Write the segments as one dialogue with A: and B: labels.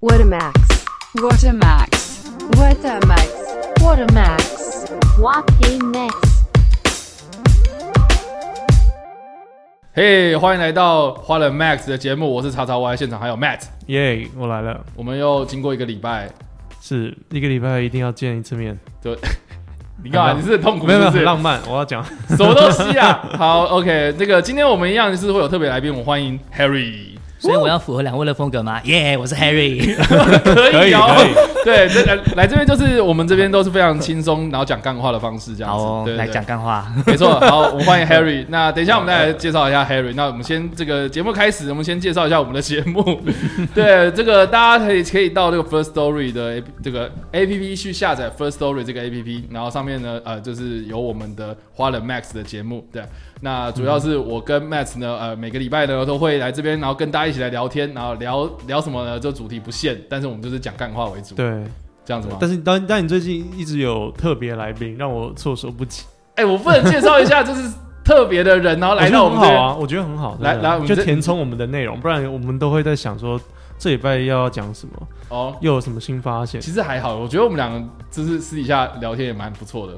A: What a max.
B: What a max.
A: What a max. What a max.
C: What a max！
D: 嘿欢迎来到花了 Max 的节目，我是叉叉 Y，现场还有 Matt，
E: 耶我来了，
D: 我们又经过一个礼拜，
E: 是一个礼拜一定要见一次面，
D: 你干嘛？
E: 很浪
D: 你是很痛苦
E: 没
D: 是
E: 有没
D: 不
E: 有
D: 是
E: 很？浪漫，我要 讲
D: 什么东西啊？ 好，OK，这个今天我们一样是会有特别来宾，我们欢迎 Harry，
F: 所以我要符合两位的风格吗？耶、我是 Harry。
D: 可
E: 可以可以
D: 哦， 对，这来来这边就是我们这边都是非常轻松，然后讲干话的方式这样
F: 好
D: 子，
F: 哦，
D: 对对
F: 来
D: 对
F: 讲干话。
D: 没错，好，我们欢 迎 Harry。那等一下，我们再来介绍一下 Harry。那我们先这个节目开始，我们先介绍一下我们的节目。 对，这个大家可以可以到这个 First Story 的 A- 这个 A P P 去下载 First Story 这个 A P P，然后上面呢，呃，就是有我们的花了 Max 的节目。对，那主要是我跟 Max 呢，呃，每个礼拜呢都会来这边，然后跟大家一起来聊天，然后聊聊什么呢？就主题不限，但是我们就是讲干话为主，
E: 对，
D: 这样子吗？
E: 但是但但你最近一直有特别来宾，让我措手不及，
D: 哎、我不能介绍一下，就是特别的人，然后来到我们
E: 觉
D: 这
E: 得很
D: 边
E: 好。啊，我觉得很好，
D: 来
E: 真的
D: 来我们
E: 就
D: 这
E: 填充我们的内容，不然我们都会在想说这礼拜要讲什么，
D: 哦，
E: 又有什么新发现，
D: 其实还好，我觉得我们两个就是私底下聊天也蛮不错的。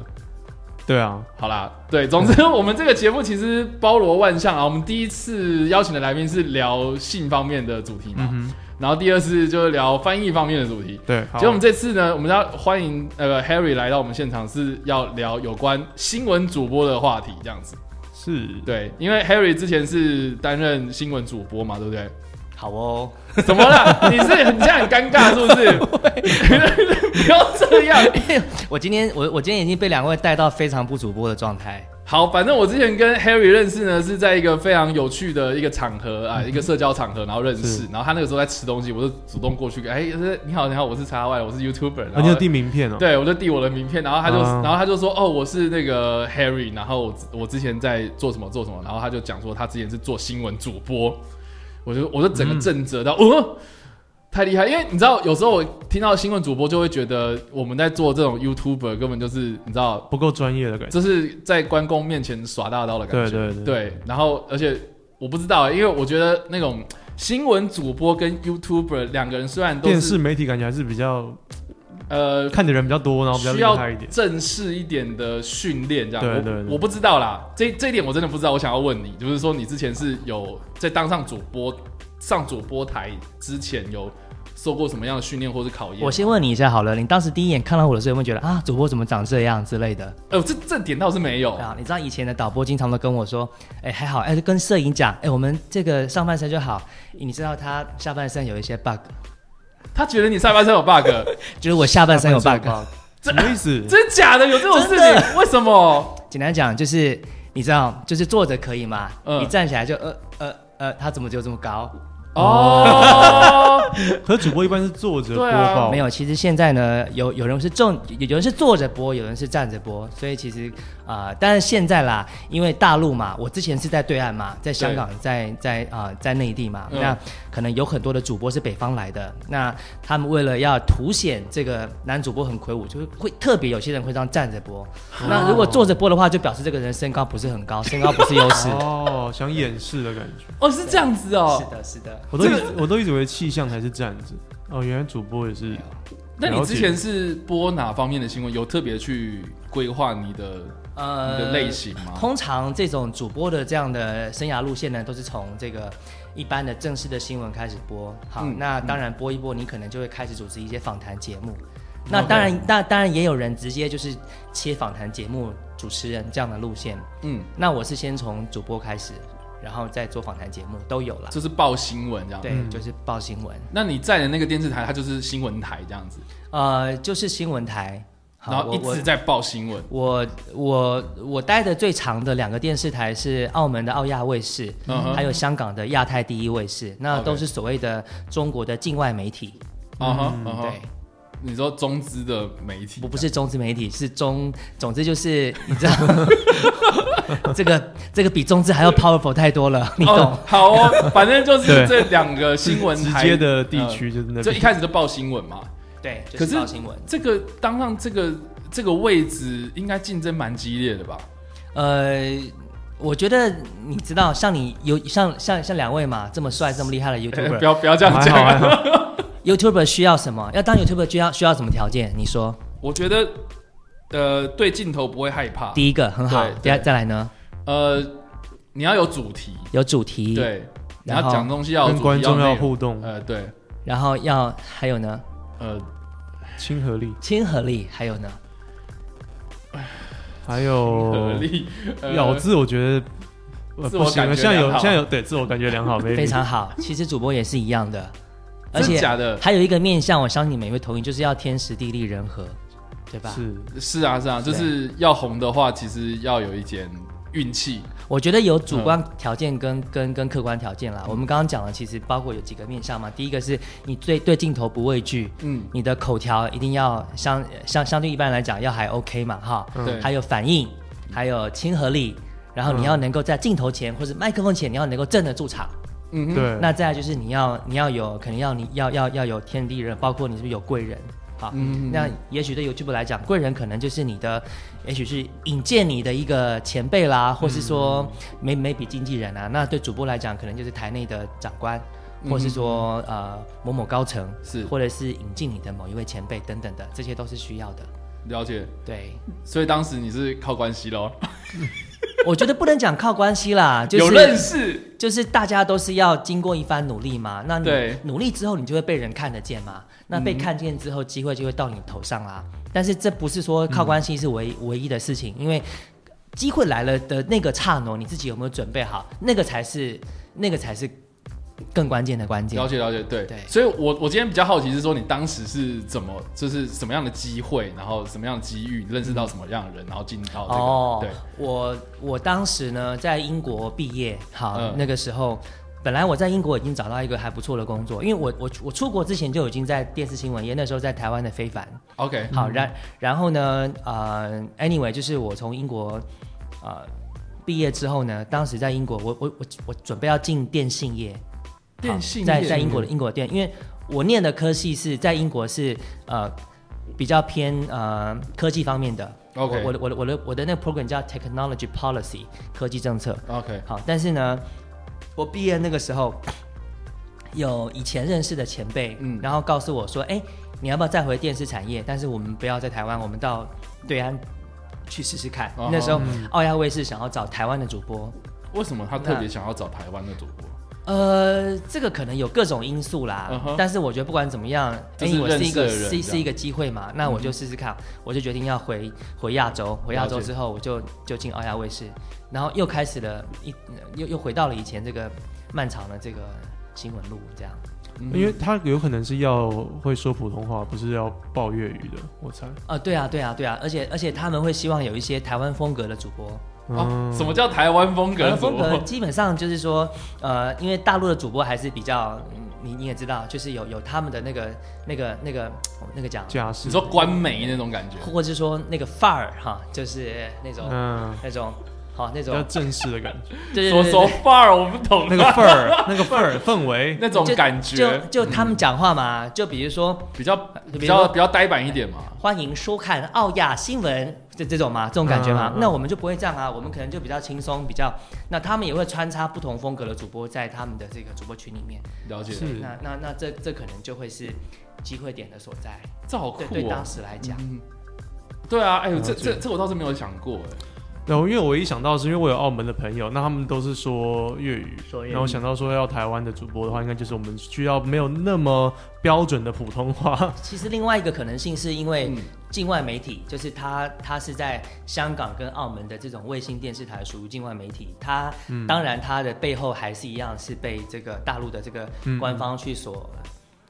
E: 对啊，
D: 好啦，对，总 之我们这个节目其实包罗万象啊。我们第一次邀请的来宾是聊性方面的主题嘛，
E: 嗯哼，
D: 然后第二次就是聊翻译方面的主题。
E: 对，好啊
D: 所以我们这次呢，我们要欢迎呃 Harry 来到我们现场，是要聊有关新闻主播的话题这样
E: 嗯
D: 子。
E: 是
D: 对，因为 Harry 之前是担任新闻主播嘛，对不 对？
F: 好哦，
D: 怎么了？你是很这样很尴尬是不 是？ 不要这样。
F: 我今天我我今天已经被两位带到非常不主播的状态。
D: 好，反正我之前跟 Harry 认识呢，是在一个非常有趣的一个场合啊，一个社交场合，然后认识
E: 嗯是。
D: 然后他那个时候在吃东西，我就主动过去跟，哎，你好，你好，我是 X Y，我是 YouTuber。
E: 啊，
D: 然
E: 你
D: 后
E: 有递名片哦，，
D: 对，我就递我的名片，然后他就，
E: 啊
D: 然后他就说，哦，我是那个 Harry，然后我之我之前在做什么做什么，然后他就讲说他之前是做新闻主播，我就我就整个震折到，
E: 嗯
D: 哦，太厉害，因为你知道，有时候我听到新闻主播就会觉得我们在做这种 YouTuber 根本就是你知道
E: 不够专业的感觉，
D: 就是在关公面前耍大刀的感觉。
E: 对对对
D: 然后而且我不知道欸，因为我觉得那种新闻主播跟 YouTuber 两个人虽然都
E: 电视
D: 是
E: 媒体感觉还是比较
D: 呃
E: 看的人比较多，然后比较
D: 需
E: 厉
D: 要
E: 害一点，
D: 正式一点的训练，这样。
E: 对
D: 我
E: 对对
D: 我不知道啦，这这一点我真的不知道。我想要问你，就是说你之前是有在当上主播、上主播台之前有受过什么样的训练或是考验？
F: 我先问你一下好了，你当时第一眼看到我的时候，有没有觉得啊，主播怎么长这样之类的？
D: 呃，这这点倒是没有。
F: 啊，你知道以前的导播经常都跟我说，哎，还好，哎，跟摄影讲，哎，我们这个上半身就好，哎你知道他下半身有一些 bug，
D: 他觉得你下半身有 bug，
F: 就是我下半身有 bug。
E: 什么意思？
D: 真假的有这种事
F: 真
D: 情？为什么？
F: 简单讲就是，你知道，就是坐着可以嘛，
D: 嗯
F: 你站起来就呃呃呃，他怎么就这么高？
D: 哦，
E: 可是主播一般是坐着播
D: 对啊
E: 报，
F: 没有，其实现在呢，有有人是正，有有人是坐着播，有人是站着播，所以其实啊、呃但是现在啦，因为大陆嘛，我之前是在对岸嘛，在香港，在在啊、呃在内地嘛，
D: 嗯
F: 那可能有很多的主播是北方来的，那他们为了要凸显这个男主播很魁梧，就是会特别有些人会这样站着播，
D: 哦
F: 那如果坐着播的话，就表示这个人身高不是很高，身高不是优势。
E: 哦，想掩饰的感觉。
D: 哦，是这样子哦
F: 是。的，是的。
E: 我都一直我都一直以为气象才是这样子。哦，原来主播也是。
D: 那你
E: 了
D: 之
E: 解
D: 前是播哪方面的新闻？有特别去规划你的
F: 呃
D: 你的类型吗
F: 通常这种主播的这样的生涯路线呢，都是从这个一般的正式的新闻开始播。好，
D: 嗯
F: 那当然播一播，你可能就会开始主持一些访谈节目。
D: 嗯
F: 那当然，那当然也有人直接就是切访谈节目主持人这样的路线。
D: 嗯，
F: 那我是先从主播开始，然后再做访谈节目，都有了。
D: 就是报新闻这样。
F: 对，，就是报新闻，
D: 那你在的那个电视台，它就是新闻台这样子，
F: 呃，就是新闻台。好
D: 然后
F: 我
D: 一
F: 我
D: 直在报新闻。
F: 我我我待的最长的两个电视台是澳门的澳亚卫视，
D: 嗯哼
F: 还有香港的亚太第一卫视，那
D: OK
F: 都是所谓的中国的境外媒体。
D: 啊哈啊哈
F: 对，，
D: 你说中资的媒体，
F: 我不是 中资媒体，是中，总之就是你 知道，这个这个比中资还要 powerful 太多了，你懂？
D: 哦，好哦，反正就是
E: 对
D: 这两个新闻
E: 直
D: 台
E: 接的地区就是那
D: 呃就一
E: 边，
D: 开始就报新闻嘛。
F: 对，就
D: 可
F: 是
D: 是
F: 报新闻。
D: 这个当上这个这个位置，应该竞争蛮激烈的吧？
F: 呃，我觉得你知道，像你有像像像两位嘛，这么帅这么厉害的
D: 哎
F: YouTuber，
D: 不要不要这样
E: 还好还
D: 讲，
E: 好，
F: YouTuber 需要什么？要当 YouTuber 需要需要什么条件？你说，
D: 我觉得，呃，对镜头不会害怕。
F: 第一个很好
D: 对，
F: 第二
D: 对
F: 再来呢，
D: 呃，你要有主题，
F: 有主题，，
D: 对，你要
F: 然后
D: 讲东西要有主
E: 跟
D: 题，
E: 观众
D: 要
E: 要
D: 内容
E: 互动，
D: 呃，对，
F: 然后要还有呢，
D: 呃，
E: 亲和力，
F: 亲和力，还有呢，
E: 还
D: 合
E: 哦有
D: 力，呃
E: 咬字，我觉得呃
D: 自我
E: 不行
D: 感觉
E: 了，现在有
D: 良好啊
E: 现在有对自我感觉 良好，
F: 非
E: maybe
F: 常好。其实主播也是一样的，而
D: 真
F: 且
D: 假的？
F: 还有一个面向，我相信你们也会同意，就是要天时地利人和，对吧？
E: 是
D: 是啊，是啊，就是要红的话，其实要有一点运气。
F: 我觉得有主观条件
D: 嗯
F: 跟、跟跟客观条件啦。我们刚刚讲了，其实包括有几个面向嘛。第一个是你对对镜头不畏惧，
D: 嗯，
F: 你的口条一定要相相相对一般来讲要还 OK 嘛哈。
E: 嗯
D: 对，
F: 还有反应，还有亲和力，然后你要能够在镜头前或者麦克风前，你要能够镇得住场。
D: 嗯哼，
E: 对，
F: 那再来就是你要你要有肯定要你要要要有天地人，包括你是不是有贵人啊？
D: 嗯
F: 那也许对 YouTube 来讲，贵人可能就是你的，也许是引荐你的一个前辈啦，
D: 嗯
F: 或是说每每笔经纪人啊。那对主播来讲，可能就是台内的长官，
D: 嗯
F: 或是说、呃某某高层，
D: 是
F: 或者是引进你的某一位前辈等等的，这些都是需要的。
D: 了解。
F: 对，
D: 所以当时你是靠关系喽，
F: 我觉得不能讲靠关系啦，就是
D: 有认识，
F: 就是大家都是要经过一番努力嘛，那你
D: 对嗯
F: 努力之后，你就会被人看得见嘛。那被看见之后，机会就会到你头上啦。但是这不是说靠关系是
D: 嗯
F: 唯一、唯一的事情，因为机会来了的那个刹那，你自己有没有准备好，那个才是那个才是更关键的关键
D: 了。解了解，对
F: 对
D: 所以我我今天比较好奇是说，你当时是怎么，就是什么样的机会，然后什么样的机遇，你认识到什么样的人，然后进到这个，
F: 哦
D: 对，，
F: 我我当时呢在英国毕业，好、
D: 嗯
F: 那个时候。本来我在英国已经找到一个还不错的工作，因为我我我出国之前就已经在电视新闻业，那时候在台湾的非凡，
D: ，OK，
F: 好，然然后呢，呃，anyway，就是我从英国呃毕业之后呢，当时在英国，我我我我准备要进电信业，
D: 电信
F: 在
D: 业
F: 在英国的英国的电，因为我念的科系是在英国是呃比较偏呃科技方面的。
D: OK
F: 我我的我的我的我的那个 program 叫 Technology Policy 科技政策。
D: ，OK，
F: 好，但是呢，我毕业那个时候，有以前认识的前辈，
D: 嗯
F: 然后告诉我说，哎、你要不要再回电视产业？但是我们不要在台湾，我们到对岸去试试看。
D: 哦
F: 那时候奥亚卫视想要找台湾的主播，
D: 为什么他特别想要找台湾的主播？
F: 呃，这个可能有各种因素啦，
D: 嗯哼
F: 但是我觉得不管怎么样，
D: 就
F: 因
D: 是
F: 为我是
D: 认
F: 一
D: 识的
F: 个
D: 人
F: 是
D: 这
F: 是
D: 样嗯
F: 一个机会嘛，那我就试试看，我就决定要回回亚洲，回亚洲
D: 了解
F: 之后我就就进澳亚卫视，然后又开始了一又又回到了以前这个漫长的这个新闻路这样。
D: 嗯
E: 因为他有可能是要会说普通话，不是要报粤语的，我猜。
F: 啊，对啊，对啊，对啊，而且而且他们会希望有一些台湾风格的主播，
E: 嗯
D: 哦，什么叫台湾风
F: 台
D: 格
F: 湾
D: 主
F: 风格
D: 播？
F: 基本上就是说，呃，因为大陆的主播还是比较，嗯你你也知道，就是有有他们的那个那个那个那个讲
E: 家 事
D: 你，说官媒那种感觉，
F: 或者是说那个范儿哈，就是那
D: 哦
F: 种、
E: 嗯，
F: 那种好那
E: 比较
F: 种，
E: 正式的感觉，
F: 对
D: 说
F: 对对
D: 说
F: 对
D: 范儿我不懂
E: 那个氛儿，那个氛儿氛 围，
D: 那种
F: 就
D: 感
F: 就
D: 觉，
F: 就他们讲话嘛，就比如说
D: 比较
F: 比
D: 比
F: 如说
D: 较比较呆板一点嘛。
F: 欢迎收看澳亚新闻这这种嘛，这种感觉嘛，
E: 嗯嗯嗯
F: 那我们就不会这样啊，我们可能就比较轻松，比较那他们也会穿插不同风格的主播在他们的这个主播群里面，
D: 了解，
E: 是
F: 那那那这这可能就会是机会点的所在，
D: 这好酷
F: 对对，
E: 啊
D: 哦
F: 当。时来讲，
D: 嗯对啊，哎呦，
E: 了
D: 这
E: 解
D: 这这我倒是没有想过哎。
E: 然后因为我一想到是因为我有澳门的朋友，那他们都是说粤语，
F: 说粤语
E: 然后我想到说要台湾的主播的话，应该就是我们需要没有那么标准的普 通话，
F: 其实另外一个可能性是因为
D: 嗯
F: 境外媒体，就是它它是在香港跟澳门的这种卫星电视台属于境外媒体，它、
E: 嗯
D: 嗯
F: 当然它的背后还是一样是被这个大陆的这个官方去所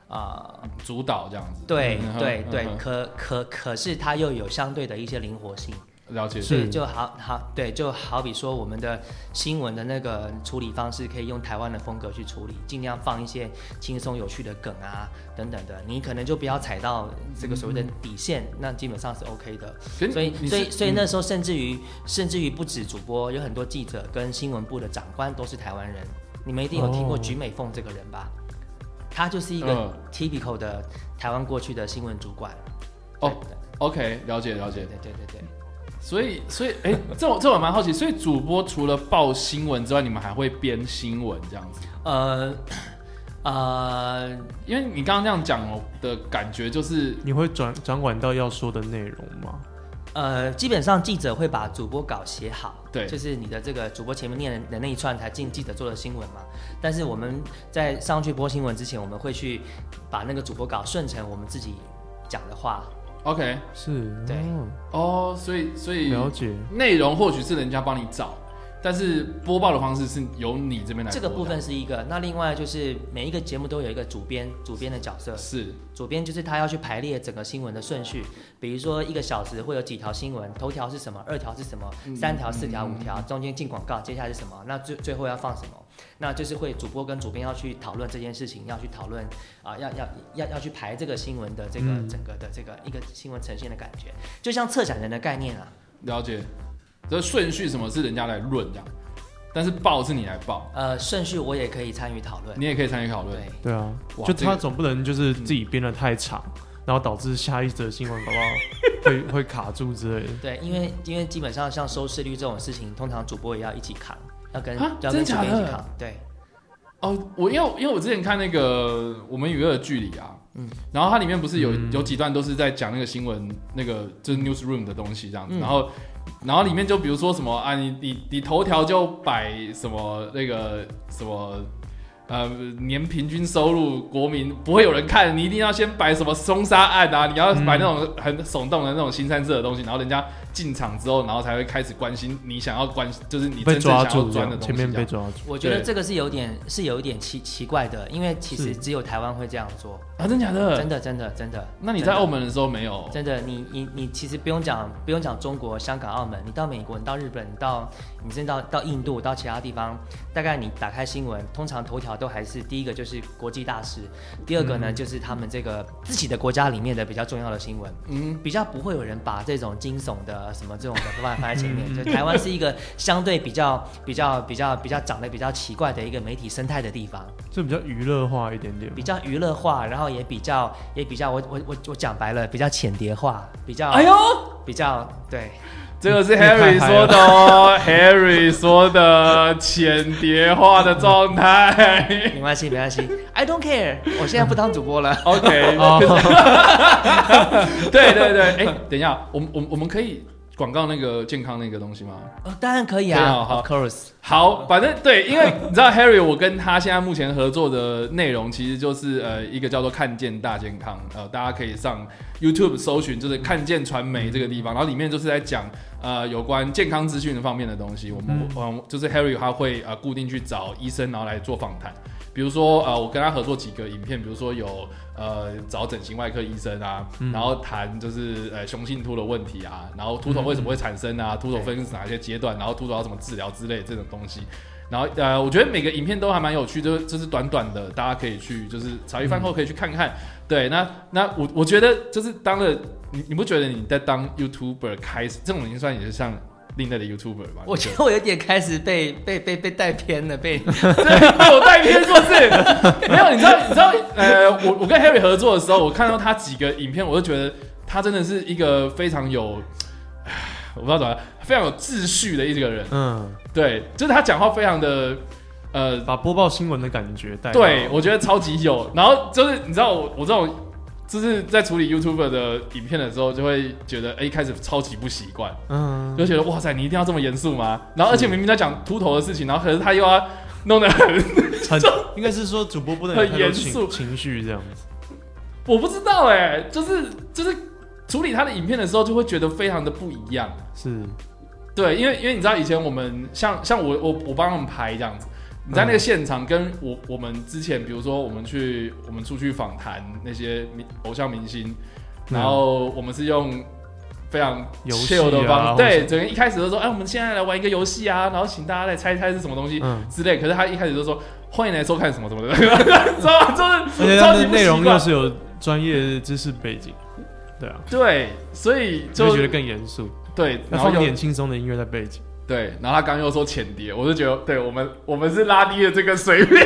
F: 啊、
D: 哎主导这样子。
F: 对
D: 嗯
F: 对
D: 嗯
F: 对，
D: 嗯
F: 可可可是它又有相对的一些灵活性，
D: 了解。
F: 所以就好好对，就好比说我们的新闻的那个处理方式，可以用台湾的风格去处理，尽量放一些轻松有趣的梗啊等等的，你可能就不要踩到这个所谓的底线，那基本上是 OK 的。
D: 可是
F: 所以
D: 嗯你
F: 所以
D: 是嗯
F: 所以那时候甚至于甚至于不止主播，有很多记者跟新闻部的长官都是台湾人，你们一定有听过
E: 哦
F: 菊美凤这个人吧？她就是一
D: 嗯
F: 个 typical 的台湾过去的新闻主管。
D: 哦，OK，了解了
F: 对
D: 解。
F: 对对对对。
D: 所以所以哎，这我这我蛮好奇，所以主播除了报新闻之外，你们还会编新闻这样子？
F: 呃 呃，
D: 因为你刚刚那样讲哦的感觉就是，
E: 你会转掌管到要说的内容吗？
F: 呃，基本上记者会把主播稿写好，
D: 对
F: 就是你的这个主播前面念的那一串才进记者做的新闻嘛。但是我们在上去播新闻之前，我们会去把那个主播稿顺成我们自己讲的话。
D: OK
E: 是，
F: 对
E: 哦
D: 哦，所以所以
E: 了解。
D: 内容或许是人家帮你找，但是播报的方式是由你这边来播的。
F: 这个部分是一个，那另外就是每一个节目都有一个主编，主编的角色，
D: 是
F: 主编就是他要去排列整个新闻的顺序，比如说一个小时会有几条新闻，头条是什么，二条是什么，
D: 嗯
F: 三条、四条、五条，中间进广告，接下来是什么，那最最后要放什么，那就是会主播跟主编要去讨论这件事情，要去讨论啊、要要要要去排这个新闻的这个、
E: 嗯
F: 整个的这个一个新闻呈现的感觉，就像策展人的概念啊，
D: 了解，这顺序什么是人家来论这样，但是报是你来报，
F: 呃，顺序我也可以参与讨论，
D: 你也可以参与讨论。
F: 对。
E: 对啊，
D: 哇
E: 就
D: 这
E: 他
D: 个嗯
E: 总不能就是自己编的太长，然后导致下一则新闻 搞不好会会卡住之类的。
F: 对，因为因为基本上像收视率这种事情，通常主播也要一起扛，要跟
D: 啊
F: 要
D: 真
F: 跟主
D: 假
F: 编一
D: 的
F: 起扛。对，
D: 哦，我因为因为我之前看那个我们与恶的距离啊，嗯，然后它里面不是有、
E: 嗯
D: 有几段都是在讲那个新闻那个就是 newsroom 的东西这样子，然后然后里面就比如说什么啊，你你你头条就摆什么那个什么。呃，年平均收入国民不会有人看，你一定要先摆什么凶杀案啊，你要摆那种很耸动的那种新三色的东西，然后人家进场之后，然后才会开始关心你想要关，就是你真
E: 被
D: 正
E: 抓
D: 想要
E: 住这
D: 钻
E: 样，
D: 的东西
E: 前面
D: 这
E: 被
D: 样
E: 抓住，
F: 我觉得
D: 对
F: 这个是有点是有一点奇奇怪的，因为其实
E: 是
F: 只有台湾会这样做，
D: 啊，真假的？
F: 真的真的真的。
D: 那你
F: 真
D: 在
F: 的
D: 澳门的时候没有？
F: 真的，你你你其实不用讲，不用讲中国、香港、澳门，你到美国，你到日本，你到你甚至到到印度，到其他地方，大概你打开新闻，通常头条都还是第一个就是国际大事，第二个
D: 嗯
F: 呢、就是他们这个自己的国家里面的比较重要的新闻，
D: 嗯
F: 嗯，比较不会有人把这种惊悚的什么这种的放放在前面。就台湾是一个相对比较比较比较比较长得比较奇怪的一个媒体生态的地方。
E: 这比较娱乐化一点点
F: 比。较娱乐化，然后也比较也比较我我我我讲白了，比较浅碟化，比较
D: 哎呦，
F: 比较对，
D: 这个是
E: 你太
D: Harry
E: 嗨
D: 说的哦，Harry 说的浅叠化的状 态。
F: 没关系没关系，I don't care，我现在不当主播了。
D: OK，
E: 哦，
D: 对对对，哎、等一下，我们我们我们可以广告那个健康那个东西吗？
F: 哦当然可以
D: 可以
F: 啊
D: 啊好
F: ，Of course，
D: 好，反正对，因为你知道 Harry，我跟他现在目前合作的内容其实就是呃一个叫做“看见大健康”，呃，大家可以上 YouTube 搜寻，就是“看见传媒”这个地方，然后里面就是在讲呃有关健康资讯的方面的东西。我们我、嗯、就是 Harry 他会呃固定去找医生，然后来做访谈。比如说，呃，我跟他合作几个影片，比如说有呃找整形外科医生啊，然后谈就是呃雄性秃的问题啊，然后秃头为什么会产生啊，秃头分是哪些阶段，然后秃头要怎么治疗之类的这种东西。然后呃，我觉得每个影片都还蛮有趣，就是就是短短的，大家可以去就是茶余饭后可以去看看。对，那那我我觉得就是当了你你不觉得你在当 YouTuber 开始，这种已经算也是像另类的 YouTuber 吧？
F: 我觉得我有点开始被被被被带偏了，被
D: 对，我带偏是不是？没有，你知道，你知道，呃，我我跟 Harry 合作的时候，我看到他几个影片，我就觉得他真的是一个非常有，唉我不知道怎么，非常有秩序的一个人。
E: 嗯，
D: 对，就是他讲话非常的，呃，
E: 把播报新闻的感觉带到。
D: 对我觉得超级有。然后就是你知道我我这种。就是在处理 YouTuber 的影片的时候，就会觉得，哎、一开始超级不习惯，
E: 嗯，
D: 就觉得哇塞，你一定要这么严肃吗？然后而且明明在讲秃头的事情，然后可是他又要弄得很
E: 很应该是说主播不能
D: 很
E: 有太多
D: 严
E: 情
D: 肃
E: 情绪这样子。
D: 我不知道哎、就是就是处理他的影片的时候，就会觉得非常的不一样。
E: 是，
D: 对，因为因为你知道以前我们像像我我我帮他们拍这样子，你在那
E: 嗯
D: 个现场跟我我们之前，比如说我们去我们出去访谈那些明偶像明星，然后我们是用。非常
E: 嗯游戏啊
D: chill 的方，
E: 或者
D: 对，整个一开始就说，哎，我们现在来玩一个游戏啊，然后请大家来猜猜是什么东西
E: 嗯
D: 之类。可是他一开始就说，欢迎来收看什么什么的， 知道吗？就
E: 而且
D: 是
E: 它
D: 超级
E: 的
D: 不习
E: 内容又
D: 惯
E: 是有专业知识背景，对啊，
D: 对，所以
E: 就
D: 就
E: 会觉得更严肃，
D: 对，
E: 要
D: 然后
E: 放
D: 又
E: 点轻松的音乐在背景。
D: 对，然后他刚又说浅碟，我就觉得，对我们我们是拉低了这个水平，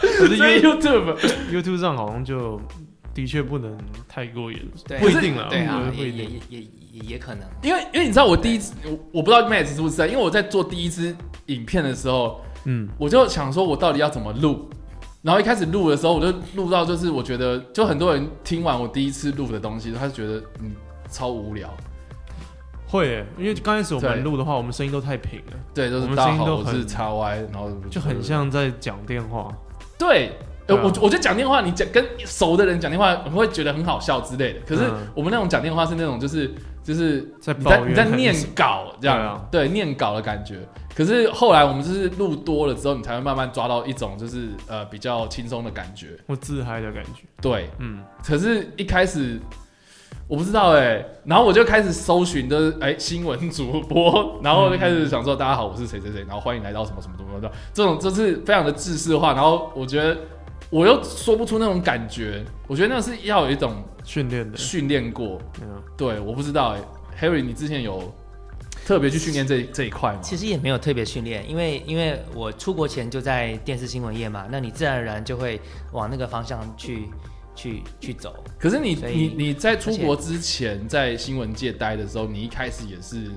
E: 可是
D: 所以
E: You
D: YouTube
E: YouTube 上好像就的确不能太过严肃，
F: 对
E: 不一定啦，
F: 对啊
E: 我觉得，不
F: 也
E: 一
F: 也
E: 定。
F: 也也也也可能。
D: 因为因为你知道我第一次，我我不知道 Matt 是不是在，因为我在做第一支影片的时候，
E: 嗯，
D: 我就想说我到底要怎么录，然后一开始录的时候，我就录到就是我觉得，就很多人听完我第一次录的东西，他就觉得嗯超无聊。
E: 会耶，因为刚开始我
D: 对
E: 们录的话，我们声音都太平了，
D: 对，就
E: 我
D: 是
E: 们
D: 大家
E: 声音
D: 好，
E: 都
D: 我
E: 很
D: 是叉 Y，然后
E: 就很像在讲电话。
D: 对。呃，
E: 对啊
D: 我我觉得讲电话，你讲跟熟的人讲电话，你会觉得很好笑之类的。可是
E: 嗯
D: 我们那种讲电话是那种，就是就是
E: 在
D: 你在
E: 抱怨
D: 你在
E: 很
D: 念
E: 少
D: 稿 这样，
E: 对啊
D: 对念稿的感觉。可是后来我们就是录多了之后，你才会慢慢抓到一种就是呃比较轻松的感觉。
E: 我自嗨的感觉，
D: 对，
E: 嗯，
D: 可是一开始我不知道哎、然后我就开始搜寻的哎、新闻主播，然后就开始想说大家好，我是谁谁谁，然后欢迎来到什么什么什么的，这种就是非常的制式化，然后我觉得我又说不出那种感觉，我觉得那是要有一种
E: 训练的，
D: 训练过，
E: 嗯，
F: 啊
D: 对，我不知道哎、h a r r y 你之前有特别去训练这这一块吗？
F: 其实也没有特别训练，因为因为我出国前就在电视新闻业嘛，那你自然而然就会往那个方向去去去走。
D: 可是你
F: 所以
D: 你你在出国之前，在新闻界待的时候，你一开始也是，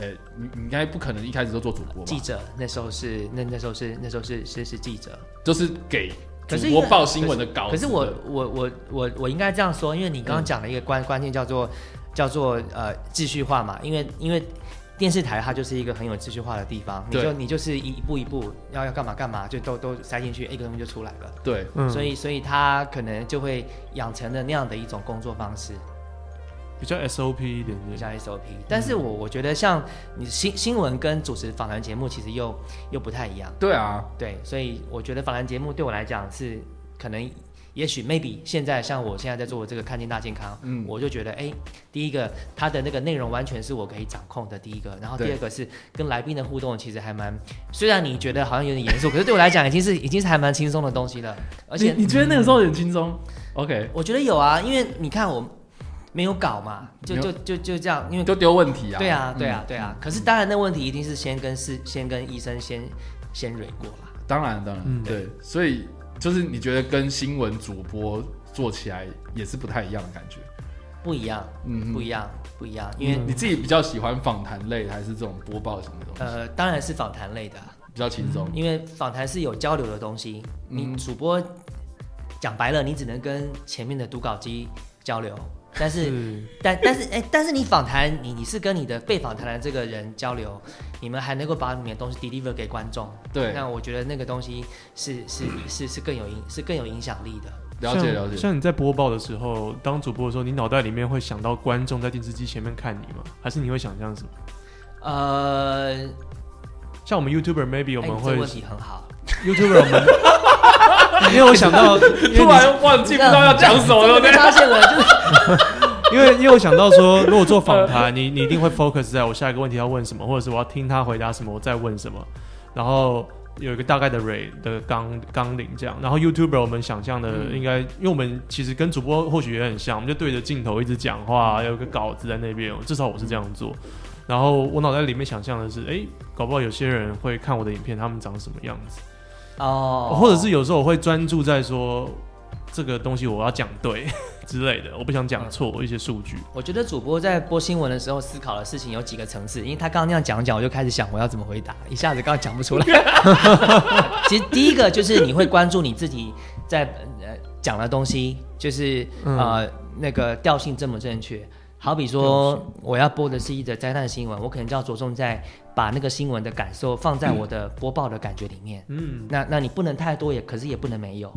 D: 呃、你你应该不可能一开始都做主播吧？
F: 记者那时候是那那时候是那时候是是是记者，
D: 就是给主
F: 可是因
D: 播
F: 为
D: 报新闻的稿
F: 可
D: 子
F: 是
D: 哦的嗯
F: 我我我我我应该这样说，因为你刚刚讲了一个关、关键叫做叫做呃秩序化嘛，因为因为电视台它就是一个很有秩序化的地方，你
D: 对
F: 就你就是一步一步要要干嘛干嘛就都都塞进去，一个东西就出来了，
D: 对，
E: 嗯
F: 所以所以他可能就会养成了那样的一种工作方式。
E: 嗯比较 SOP 一点点，
F: 比较 SOP。但
D: 嗯
F: 是我我觉得像你新新闻跟主持访谈节目其实又又不太一样，
D: 对啊，
F: 对，所以我觉得访谈节目对我来讲是可能。也许 maybe 现在像我现在在做这个看见大健康，
D: 嗯
F: 我就觉得哎、第一个它的那个内容完全是我可以掌控的，第一个，然后第
D: 对
F: 二个是跟来宾的互动，其实还蛮，虽然你觉得好像有点严肃，可是对我来讲已经是已经是还蛮轻松的东西了，而且
D: 你你觉得那个时候很轻松？OK，
F: 我觉得有啊，因为你看我没有搞嘛，就
D: 没有
F: 就就就这样，因为
D: 就丢问题啊，
F: 对啊，
D: 嗯
F: 对啊，，对啊。可是当然，那问题一定是先跟是先跟医生先先蕊过啦。
D: 当然当然，
E: 嗯
D: 对，所以就是你觉得跟新闻主播做起来也是不太一样的感觉，
F: 不一样，
D: 嗯
F: 不
D: 哼，
F: 一样，不一样，因为、
D: 你自己比较喜欢访谈类还是这种播报型的东西，
F: 呃，当然是访谈类的啊，
D: 比较轻松，
F: 因为访谈是有交流的东西。
D: 嗯
F: 你主播讲白了，你只能跟前面的读稿机 交流，但是
E: 是
F: 但但是哎、但是你访谈，你你是跟你的被访谈的这个人交流，你们还能够把你们的东西 deliver 给观众，
D: 对，
F: 那我觉得那个东西是是是是更有影是更有影响力的。
D: 了解
E: 像
D: 了解，
E: 像你在播报的时候，当主播的时候，你脑袋里面会想到观众在电视机前面看你吗？还是你会想象什么？
F: 呃，
E: 像我们 YouTuber maybe 我
F: 哎
E: 们
F: 你这
E: 会
F: 个问题很好，
E: YouTuber 我们， 因为我想 到，因
D: 突
E: 为
D: 然忘记不知道要讲什么了，
F: 我
D: 对不对
F: 被发现了，就是
E: 你因为因为我想到说，如果做访谈，你你一定会 focus 在我下一个问题要问什么，或者是我要听他回答什么，我再问什么，然后有一个大概的 ray 的纲纲领这样。然后 YouTuber 我们想象的应该，因为我们其实跟主播或许也很像，我们就对着镜头一直讲话，有一个稿子在那边，至少我是这样做。然后我脑袋里面想象的是，哎、搞不好有些人会看我的影片，他们长什么样子。
F: 哦，
E: 或者是有时候我会专注在说这个东西我要讲对 之类的，我不想讲错一些数据。
F: 我觉得主播在播新闻的时候思考的事情有几个层次，因为他刚刚那样讲讲，我就开始想我要怎么回答，一下子刚刚讲 不出来。 其实第一个就是你会关注你自己在呃讲的东西，就是、
E: 嗯
F: 呃那个调性正不正确。好比说我要播的是一则灾难新闻，我可能就要着重在把那个新闻的感受放在我的播报的感觉里面。
E: 嗯，
F: 那那你不能太多也，可是也不能没有，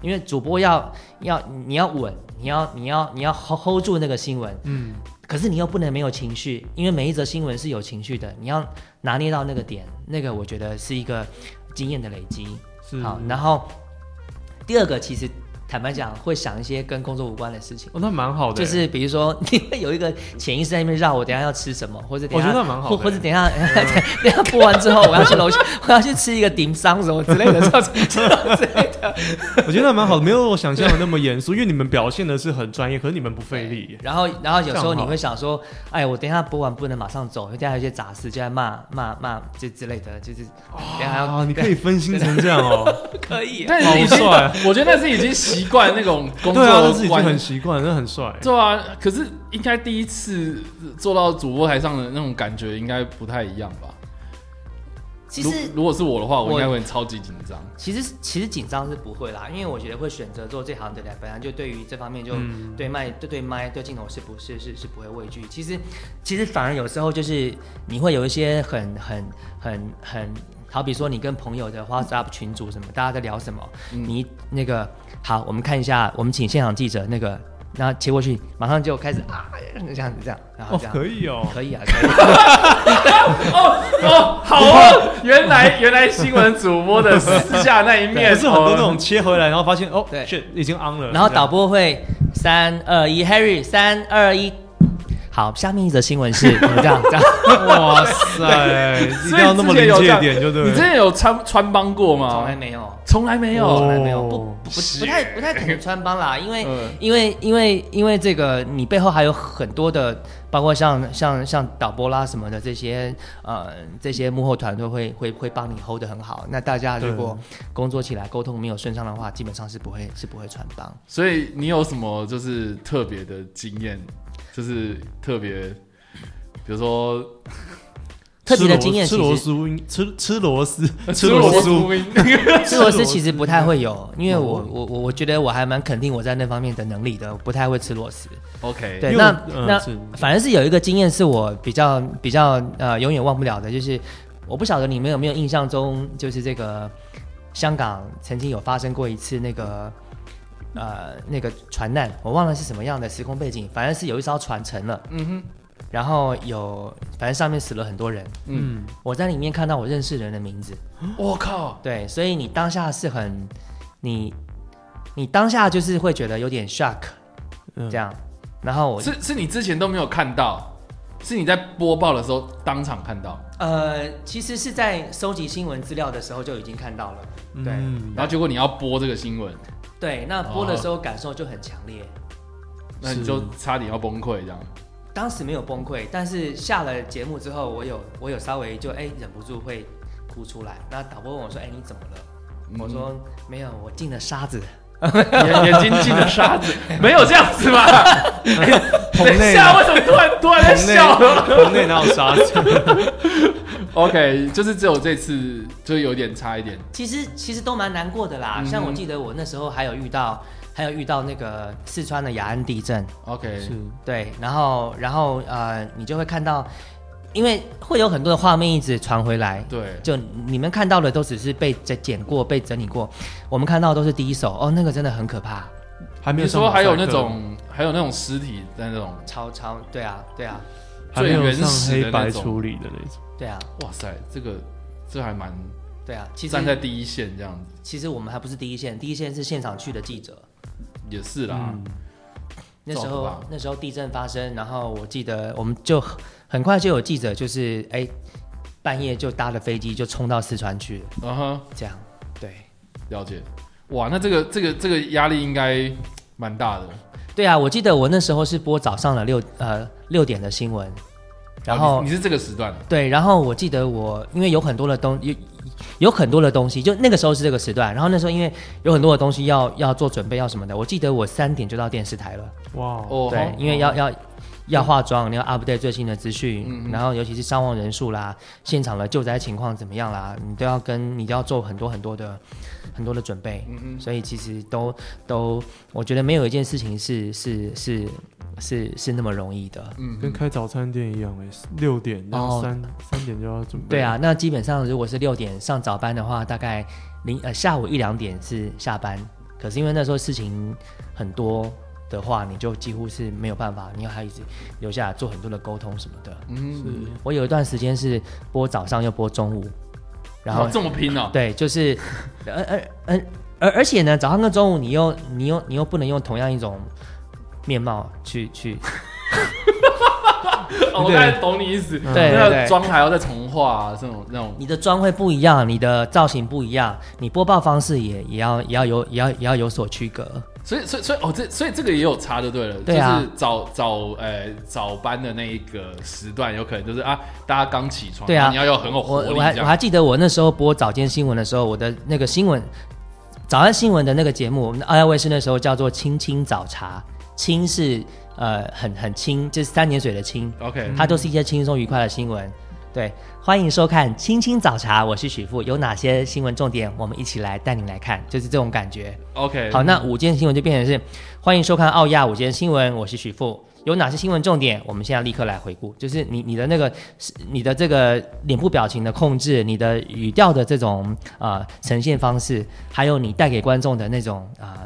F: 因为主播要要你要稳，你要你要你要 hold hold 住那个新闻，
E: 嗯，
F: 可是你又不能没有情绪，因为每一则新闻是有情绪的，你要拿捏到那个点，那个我觉得是一个经验的累积。
E: 是。
F: 好，然后第二个其实坦白讲会想一些跟工作无关的事情。
E: 哦，那蛮好的、
F: 就是比如说，你会有一个潜意识在那边绕我等一下要吃什么，或者等一下
E: 我觉得蛮好的
F: 或或者等一下、 等一下播完之后，我要去楼下，我要去吃一个顶商什么之类的，这种这种之类的。
E: 我觉得那蛮好的，没有我想象的那么严肃，因为你们表现的是很专业，可是你们不费力耶。
F: 然后，然后有时
E: 这
F: 候
E: 样
F: 你
E: 好
F: 会想说，哎，我等一下播完不能马上走，因为等一下还有一些杂事，就在骂骂骂这之类的，就是等一下还要、
E: 啊，你可以分心成这样 哦，
F: 可以啊
D: 但是已经
E: 好帅，
D: 我觉得那是已经习惯啊那种工
E: 对啊，
D: 作
E: 但是已经
D: 关
E: 很习惯，那很帅。
D: 对啊，可是应该第一次做到主播台上的那种感觉，应该不太一样吧？
F: 其
D: 如
F: 实
D: 如果是我的话，我应
F: 我
D: 该会超级紧张。
F: 其实其实紧张是不会啦，因为我觉得会选择做这行的人，本来就对于这方面就、
E: 嗯
F: 对麦对对麦对镜头是不是是是不会畏惧。其实其实反而有时候就是你会有一些很很很很，好比说你跟朋友的 WhatsApp 群组什么，大家在聊什么，
E: 嗯
F: 你那个好，我们看一下，我们请现场记者那个。然后切过去，马上就开始啊，这样子这样，然后
E: 哦
F: 这，样、
E: 可以哦，
F: 可以啊，可以。
D: 哦，好啊，原来原来新闻主播的私下那一面哦
E: 不是很多那种切回来，然后发现哦，
F: 对
E: shit，已经 on 了，
F: 然后
E: 这样
F: 导播会三二 一，Harry 三二一。好，下面一则新闻是这样这样，
E: 哇塞，一定
D: 所以
E: 要那么
D: 之前
E: 临
D: 有这
E: 界
D: 样
E: 点，就对
D: 你之
E: 了。
D: 前有穿穿帮过吗？
F: 从来没有，
D: 从来没有
E: 哦
F: 从来没有，不不
D: 是
F: 不太不太可能穿帮啦，因为
D: 嗯
F: 因为因为因为这个你背后还有很多的，包括像像像导播啦什么的这些呃这些幕后团队会会会帮你 hold 得很好。那大家如果工作起来沟通没有顺畅的话，基本上是不会是不会穿帮。
D: 所以你有什么就是特别的经验，就是特别，比如说
F: 特别的
E: 吃螺
F: 经验
E: 吃
F: 其
E: 螺
F: 实
E: 丝应吃吃螺丝，
D: 猪
E: 应
F: 吃螺丝其实不太会有，因为我我我我觉得我还蛮肯定我在那方面的能力的，我不太会吃螺丝。
D: ，OK，
F: 对，
E: 因为
F: 那
E: 我嗯
F: 那
E: 是
F: 反正是有一个经验是我比较比较呃永远忘不了的，就是我不晓得你们有没有印象中，就是这个香港曾经有发生过一次那个。呃，那个船难，我忘了是什么样的时空背景，反正是有一艘船沉了，
D: 嗯哼，
F: 然后有，反正上面死了很多人。
E: 嗯，
F: 我在里面看到我认识人的名字，
D: 我靠，
F: 对，所以你当下是很，你你当下就是会觉得有点 shock
E: 嗯
F: 这样，然后我
D: 是是你之前都没有看到，是你在播报的时候当场看到，
F: 呃其实是在收集新闻资料的时候就已经看到了，对、
E: 嗯
D: 然后结果你要播这个新闻，
F: 对，那播的时候感受就很强烈，
D: 那你
E: 是
D: 就差点要崩溃 这样。
F: 当时没有崩溃，但是下了节目之后，我有我有稍微就哎、忍不住会哭出来，那导播问我说哎、你怎么了？我说没有，我进了沙子。
D: 眼眼睛进了沙 子，没有这样子吧？
E: 棚
D: 等一
E: 内
D: 下，为什么突然突然在
E: 棚内
D: 笑了
E: 棚内哪有沙子？
D: ？OK，就是只有这次就有点差一点，
F: 其实其实都蛮难过的啦。
D: 嗯
F: 像我记得我那时候还有遇到，还有遇到那个四川的雅安地震，
D: OK，
E: 是
F: 对，然后然后呃，你就会看到，因为会有很多的画面一直传回来。
D: 对，
F: 就你们看到的都只是被剪剪过、被整理过，我们看到的都是第一手哦，那个真的很可怕，
E: 还没
D: 你
E: 有上马
D: 说
E: 赛
D: 还
E: 克
D: 有那种还有那种尸体在那种，
F: 超超对啊，对啊，
E: 还没有
D: 最原
E: 上
D: 始的
E: 黑白
D: 那种
E: 处理的那种，
F: 对啊，
D: 哇塞，这个这还蛮
F: 对啊。其
D: 站在
F: 实
D: 第一线这样子，
F: 其实我们还不是第一线，第一线是现场去的记者，
D: 也是啦。
E: 嗯，
F: 那时
D: 造
F: 候
D: 福吧
F: 那时候地震发生，然后我记得我们就很很快就有记者就是哎、半夜就搭了飞机就冲到四川去了，
D: 嗯哼，
F: 这样对
D: 了解。哇，那这个这个这个压力应该蛮大的。
F: 对啊，我记得我那时候是播早上的六呃六点的新闻，然
D: 哦
F: 后
D: 你你是这个时段，
F: 对，然后我记得我因为有很多的东有有很多的东西，就那个时候是这个时段，然后那时候因为有很多的东西要要做准备要什么的，我记得我三点就到电视台了。
E: 哇，
D: 哦，
F: 对
D: 好，
F: 因为要要要化妆，你要 update 最新的资
D: 嗯
F: 讯，
D: 嗯
F: 然后尤其是伤亡人数啦、现场的救灾情况怎么样啦，你都要跟你都要做很多很多的很多的准备。
D: 嗯
F: 所以其实都都，我觉得没有一件事情是是是是是那么容易的。
D: 嗯
E: 跟开早餐店一样哎，六点到
F: 哦
E: 三三点就要准备，
F: 对啊，，那基本上如果是六点上早班的话，大概零呃下午一两点是下班。可是因为那时候事情很多的话，你就几乎是没有办法，你还一直留下来做很多的沟通什么的。
D: 嗯，
F: 我有一段时间是播早上又播中午，然后
D: 哇这么拼 哦，
F: 对，就是，而而而而而且呢，早上跟中午你又你又你又不能用同样一种面貌去去，
D: 哦我大概懂你意思。
E: 对
F: 嗯对
D: 那
F: 对
D: 个妆还要再重画啊，这种那种
F: 你的妆会不一样，你的造型不一样，你播报方式也也要也要有也要也要有所区隔。
D: 所以，所以，所以，哦，这，所以这个也有差就对了，
F: 对啊
D: 就是早早，呃，早班的那一个时段，有可能就是啊，大家刚起床，
F: 对啊
D: 你要有很有活
F: 我
D: 力
F: 我还
D: 这
F: 我
D: 样，
F: 还记得我那时候播早间新闻的时候，我的那个新闻早安新闻的那个节目，我们的澳亚卫视那时候叫做“青青早茶”，青是呃很很轻，就是三点水的青，
D: OK，
F: 它都是一些轻松愉快的新闻。对，欢迎收看《青青早茶》，我是许富。有哪些新闻重点，我们一起来带您来看，就是这种感觉。
D: OK，
F: 好，那午间新闻就变成是欢迎收看澳亚午间新闻，我是许富。有哪些新闻重点？我们现在立刻来回顾，就是你你的那个你的这个脸部表情的控制，你的语调的这种呃呈现方式，还有你带给观众的那种啊、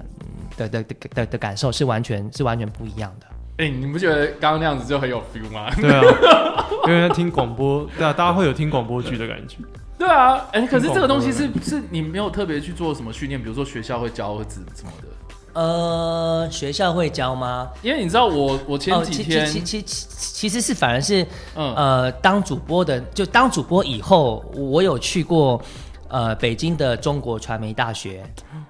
F: 呃、的的的的的感受是完全是完全不一样的。
D: 哎、你不觉得刚刚那样子就很有 feel 吗？
E: 对啊，因为听广播，对啊，大家会有听广播剧的感觉。
D: 对啊，哎、可是这个东西是是你没有特别去做什么训练，比如说学校会教或怎怎么的。
F: 呃，学校会教吗？
D: 因为你知道我我前几天、
F: 哦、其其其其其实是反而是、
D: 嗯
F: 呃，当主播的就当主播以后，我有去过呃北京的中国传媒大学，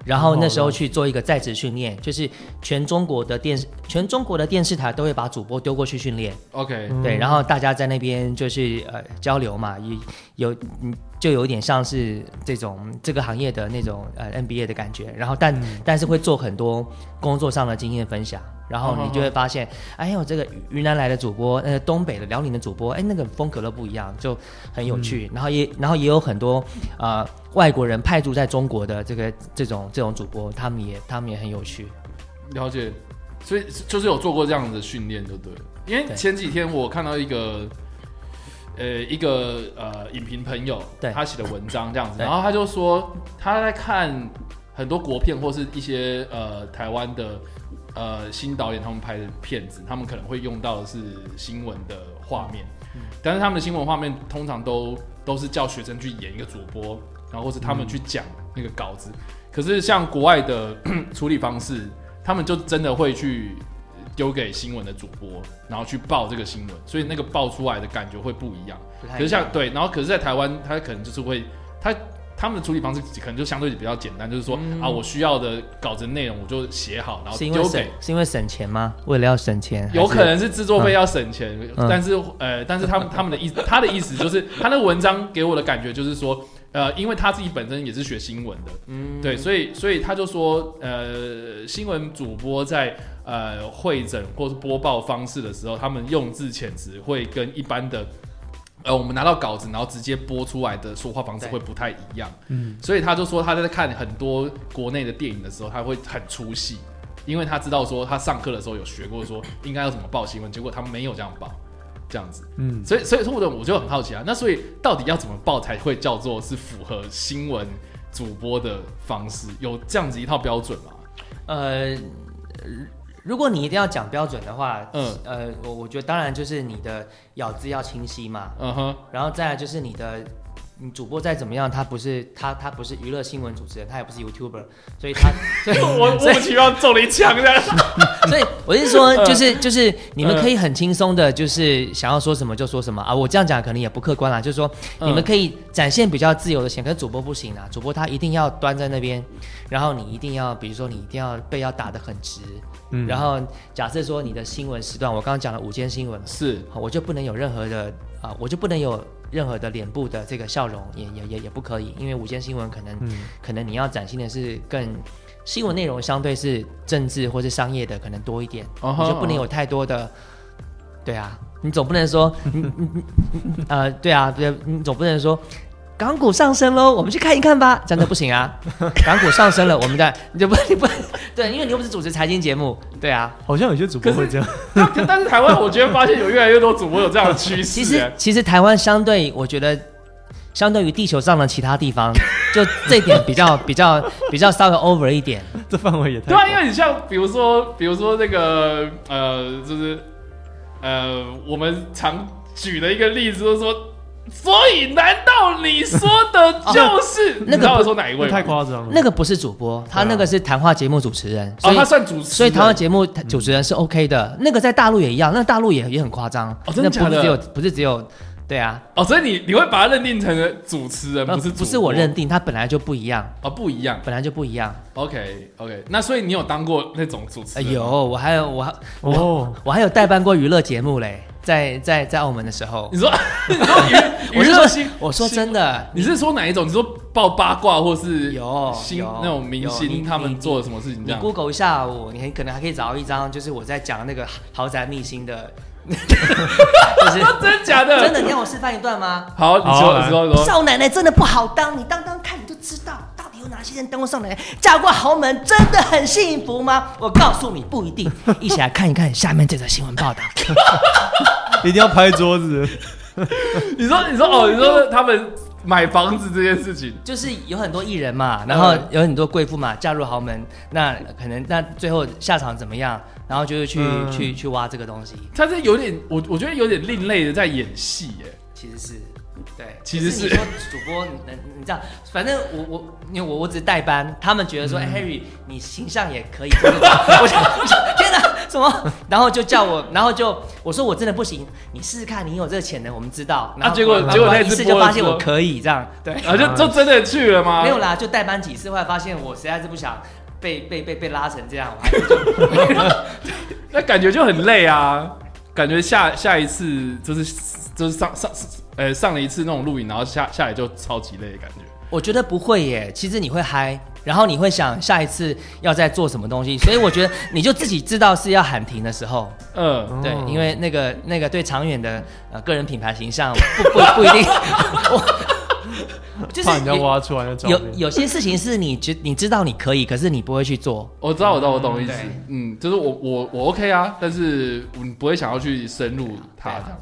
F: 然后那时候去做一个在职训练，就是全中国的电视全中国的电视台都会把主播丢过去训练，
D: OK，
F: 对，然后大家在那边就是呃交流嘛，有有嗯，就有一点像是这种这个行业的那种呃 NBA 的感觉，然后但、
D: 嗯
F: 但是会做很多工作上的经验分享，然后
D: 嗯
F: 你就会发现，哎呦，这个云南来的主播，呃，东北的、辽宁的主播，哎，那个风格都不一样，就很有
D: 嗯
F: 趣。然后也然后也有很多呃外国人派驻在中国的这个这种这种主播，他们也他们也很有趣。
D: 了解，所以就是有做过这样的训练，就对了。因为
F: 对
D: 前几天我看到一个，呃，一个呃影评朋友，
F: 对
D: 他写的文章这样子，
F: 对
D: 然后他就说他在看很多国片或是一些呃台湾的呃新导演他们拍的片子，他们可能会用到的是新闻的画面，
F: 嗯
D: 但是他们的新闻画面通常都都是叫学生去演一个主播，然后或是他
F: 嗯
D: 们去讲那个稿子。可是像国外的 处理方式，他们就真的会去丢给新闻的主播，然后去报这个新闻，所以那个报出来的感觉会不一样。
F: 不
D: 可
F: 太一
D: 是
F: 样
D: 像对，然后可是在台湾，他可能就是会他。他们的处理方式可能就相对比较简单，就是说、啊，我需要的稿子内容我就写好，然后
F: 是因为
D: 丢
F: 省
D: 给
F: 是因为省钱吗？为了要省钱，
D: 有
F: 还是
D: 可能是制作费要省钱，
F: 嗯
D: 但是呃，但是他们他们的意 他的意思就是，他那个文章给我的感觉就是说，呃，因为他自己本身也是学新闻的，嗯，对，所以所以他就说，呃，新闻主播在呃会诊或是播报方式的时候，他们用字遣词会跟一般的。呃，我们拿到稿子，然后直接播出来的说话方式
F: 对
D: 会不太一样，
E: 嗯，
D: 所以他就说他在看很多国内的电影的时候，他会很出戏，因为他知道说他上课的时候有学过说应该要怎么报新闻，结果他没有这样报，这样子，
E: 嗯，
D: 所以所以说我就我就很好奇啊，那所以到底要怎么报才会叫做是符合新闻主播的方式？有这样子一套标准吗？
F: 呃，呃如果你一定要讲标准的话，
D: 嗯
F: 呃，我我觉得当然就是你的咬字要清晰嘛，
D: 嗯哼，
F: 然后再来就是你的。你主播再怎么样，他不是他他不是娱乐新闻主持人，他也不是 YouTuber，所以 他所以
D: 我莫
F: 所以
D: 名其妙中了一枪的，
F: 所以我是说，
D: 嗯
F: 就是就是你们
D: 嗯
F: 可以很轻松的，就是想要说什么就说什么啊。我这样讲可能也不客观啦，就是说
D: 嗯
F: 你们可以展现比较自由的线，可是主播不行啊，主播他一定要端在那边，然后你一定要，比如说你一定要背要打得很直，
E: 嗯
F: 然后假设说你的新闻时段，我刚刚讲了午间新闻，
D: 是
F: 好我就不能有任何的啊、我就不能有任何的脸部的这个笑容，也也也也不可以，因为午间新闻可能、可能你要展现的是更新闻内容相对是政治或是商业的可能多一点
D: 哦吼
F: 你就不能有太多的，对啊，你总不能说， 嗯你你你呃，对啊，对，你总不能说。港股上升喽，我们去看一看吧。真的不 行啊，港股上升了，我们再你就不你不对，因为你又不是主持财经节目，对啊。
E: 好像有些主播会这样，
D: 但 但是台湾，我觉得发现有越来越多主播有这样的趋势、
F: 其实其实台湾相对，我觉得相对于地球上的其他 地方，就这点比较比较比较稍微 over 一点。
E: 这范围也太
D: 对啊，因
E: 广。
D: 为你像比如说，比如说那个呃，就是呃，我们常举的一个例子，就是说，所以难道你说的就是、
F: 那
D: 你
F: 个
D: 知道我说哪一位
E: 太
D: 吗？
E: 夸张了，
F: 那个不是主播，他那个是谈话节目主持人，所
D: 啊哦，
F: 以、
D: 他算主持人，
F: 所以谈话节目主持人是 OK 的。那个在大陆也一样，那大陆也也很夸张，
D: 哦真的
F: 那不
D: 假的
F: 是只有不是只有对啊，
D: 哦，所以你你会把他认定成主持人，嗯不是
F: 呃不是
D: 主播
F: 我认定，他本来就不一样，
D: 哦，不一样。
F: 本来就不一样。
D: OK OK，那所以你有当过那种主持
F: 呃、
D: 人吗？
F: 有，我还有我还
E: 哦，
F: 我还有代办过娱乐节目嘞，在在在澳门的时候
D: 你，说 你说娱
F: 我
D: 娱
F: 是
D: 乐新
F: 说，我说真的，
D: 你是说哪一种？你说报八卦或是
F: 有
D: 新
F: 有
D: 那种明
F: 有
D: 星
F: 你
D: 他们
F: 你
D: 做了什么事情这
F: 你
D: 样？
F: Google 一下我，你很可能还可以找到一张，就是我在讲那个豪宅秘辛的就是
D: 真假的？
F: 真的，你让我示范一段吗？
D: 好，你
E: 好啊
D: 说，
E: 来
D: 你说，你说。
F: 少奶奶真的不好当，你当当看你就知道，到底有哪些人当过少奶奶？嫁过豪门真的很幸福吗？我告诉你，不一 定。一起来看一看下面这则新闻报道。
E: 一定要拍桌子。
D: 你说，你说哦，你
F: 啊
D: 说他们买房子这件事情，
F: 就是有很多艺人嘛，然后
D: 嗯
F: 有很多贵妇嘛，嫁入豪门，那可能那最后下场怎么样？然后就是去、
E: 嗯
F: 去去挖这个东西，
D: 他是有点，我我觉得有点另类的在演戏耶。
F: 其实是。对，
D: 其实是
F: 可你说主播，你你你这样，反正我我因为我我只是代班，他们觉得
D: 嗯
F: 说，哎、Harry，你形象也可以，就是 我就我就天哪，什么？然后就叫我，然后就我说我真的不行，你试试看，你有这个潜能，我们知道。然后
D: 啊结果
F: 果然
D: 结果那
F: 一
D: 次
F: 试
D: 播
F: 就
D: 了
F: 发现
D: 之后
F: 我可以这样，对。
D: 啊，就就真的去了吗？
F: 没有啦，就代班几次，后来发现我实在是不想被被被被拉成这样，我还是就
D: 那感觉就很累啊，感觉下下一次就是就是上上呃上了一次那种录影，然后下下来就超级累的感觉。
F: 我觉得不会耶，其实你会嗨，然后你会想下一次要再做什么东西，所以我觉得你就自己知道是要喊停的时候，
E: 哦
D: 嗯，
F: 对，因为那个那个对长远的呃个人品牌形 象不不不一定，我就是
E: 怕人家
F: 有
E: 挖出来的照
F: 有
E: 片。
F: 有些事情是你知你知道你可以，可是你不会去做，
D: 我知道，我知道，我懂意思
F: 对。
D: 嗯，就是我我我 OK 啊，但是我不会想要去深入它
F: 对啊啊
D: 这样。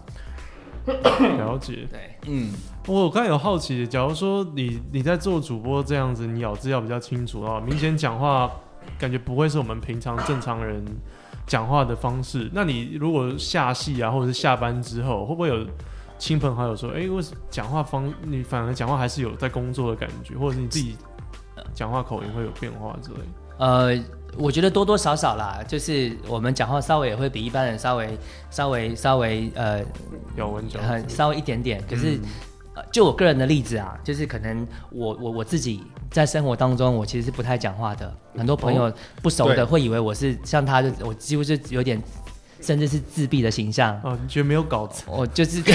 E: 了解。
F: 对，
D: 嗯，
E: 我刚才有好奇，假如说你你在做主播这样子，你咬字要比较清楚啊，明显讲话感觉不会是我们平常正常人讲话的方式。那你如果下戏啊，或者是下班之后，会不会有亲朋好友说，哎、为什么讲话方你反而讲话还是有在工作的感觉，或者是你自己讲话口音会有变化之类的？
F: 呃，我觉得多多少少啦，就是我们讲话稍微也会比一般人稍微稍微稍微呃
E: 咬文嚼
F: 很
E: 字，
F: 呃稍微一点点，可
E: 嗯
F: 是。呃就我个人的例子啊，就是可能我我我自己在生活当中，我其实是不太讲话的。很多朋友
E: 哦
F: 不熟
D: 对
F: 的会以为我是像他，我几乎是有点，甚至是自闭的形象。
E: 哦，你觉得没有稿子，
F: 我就是， 我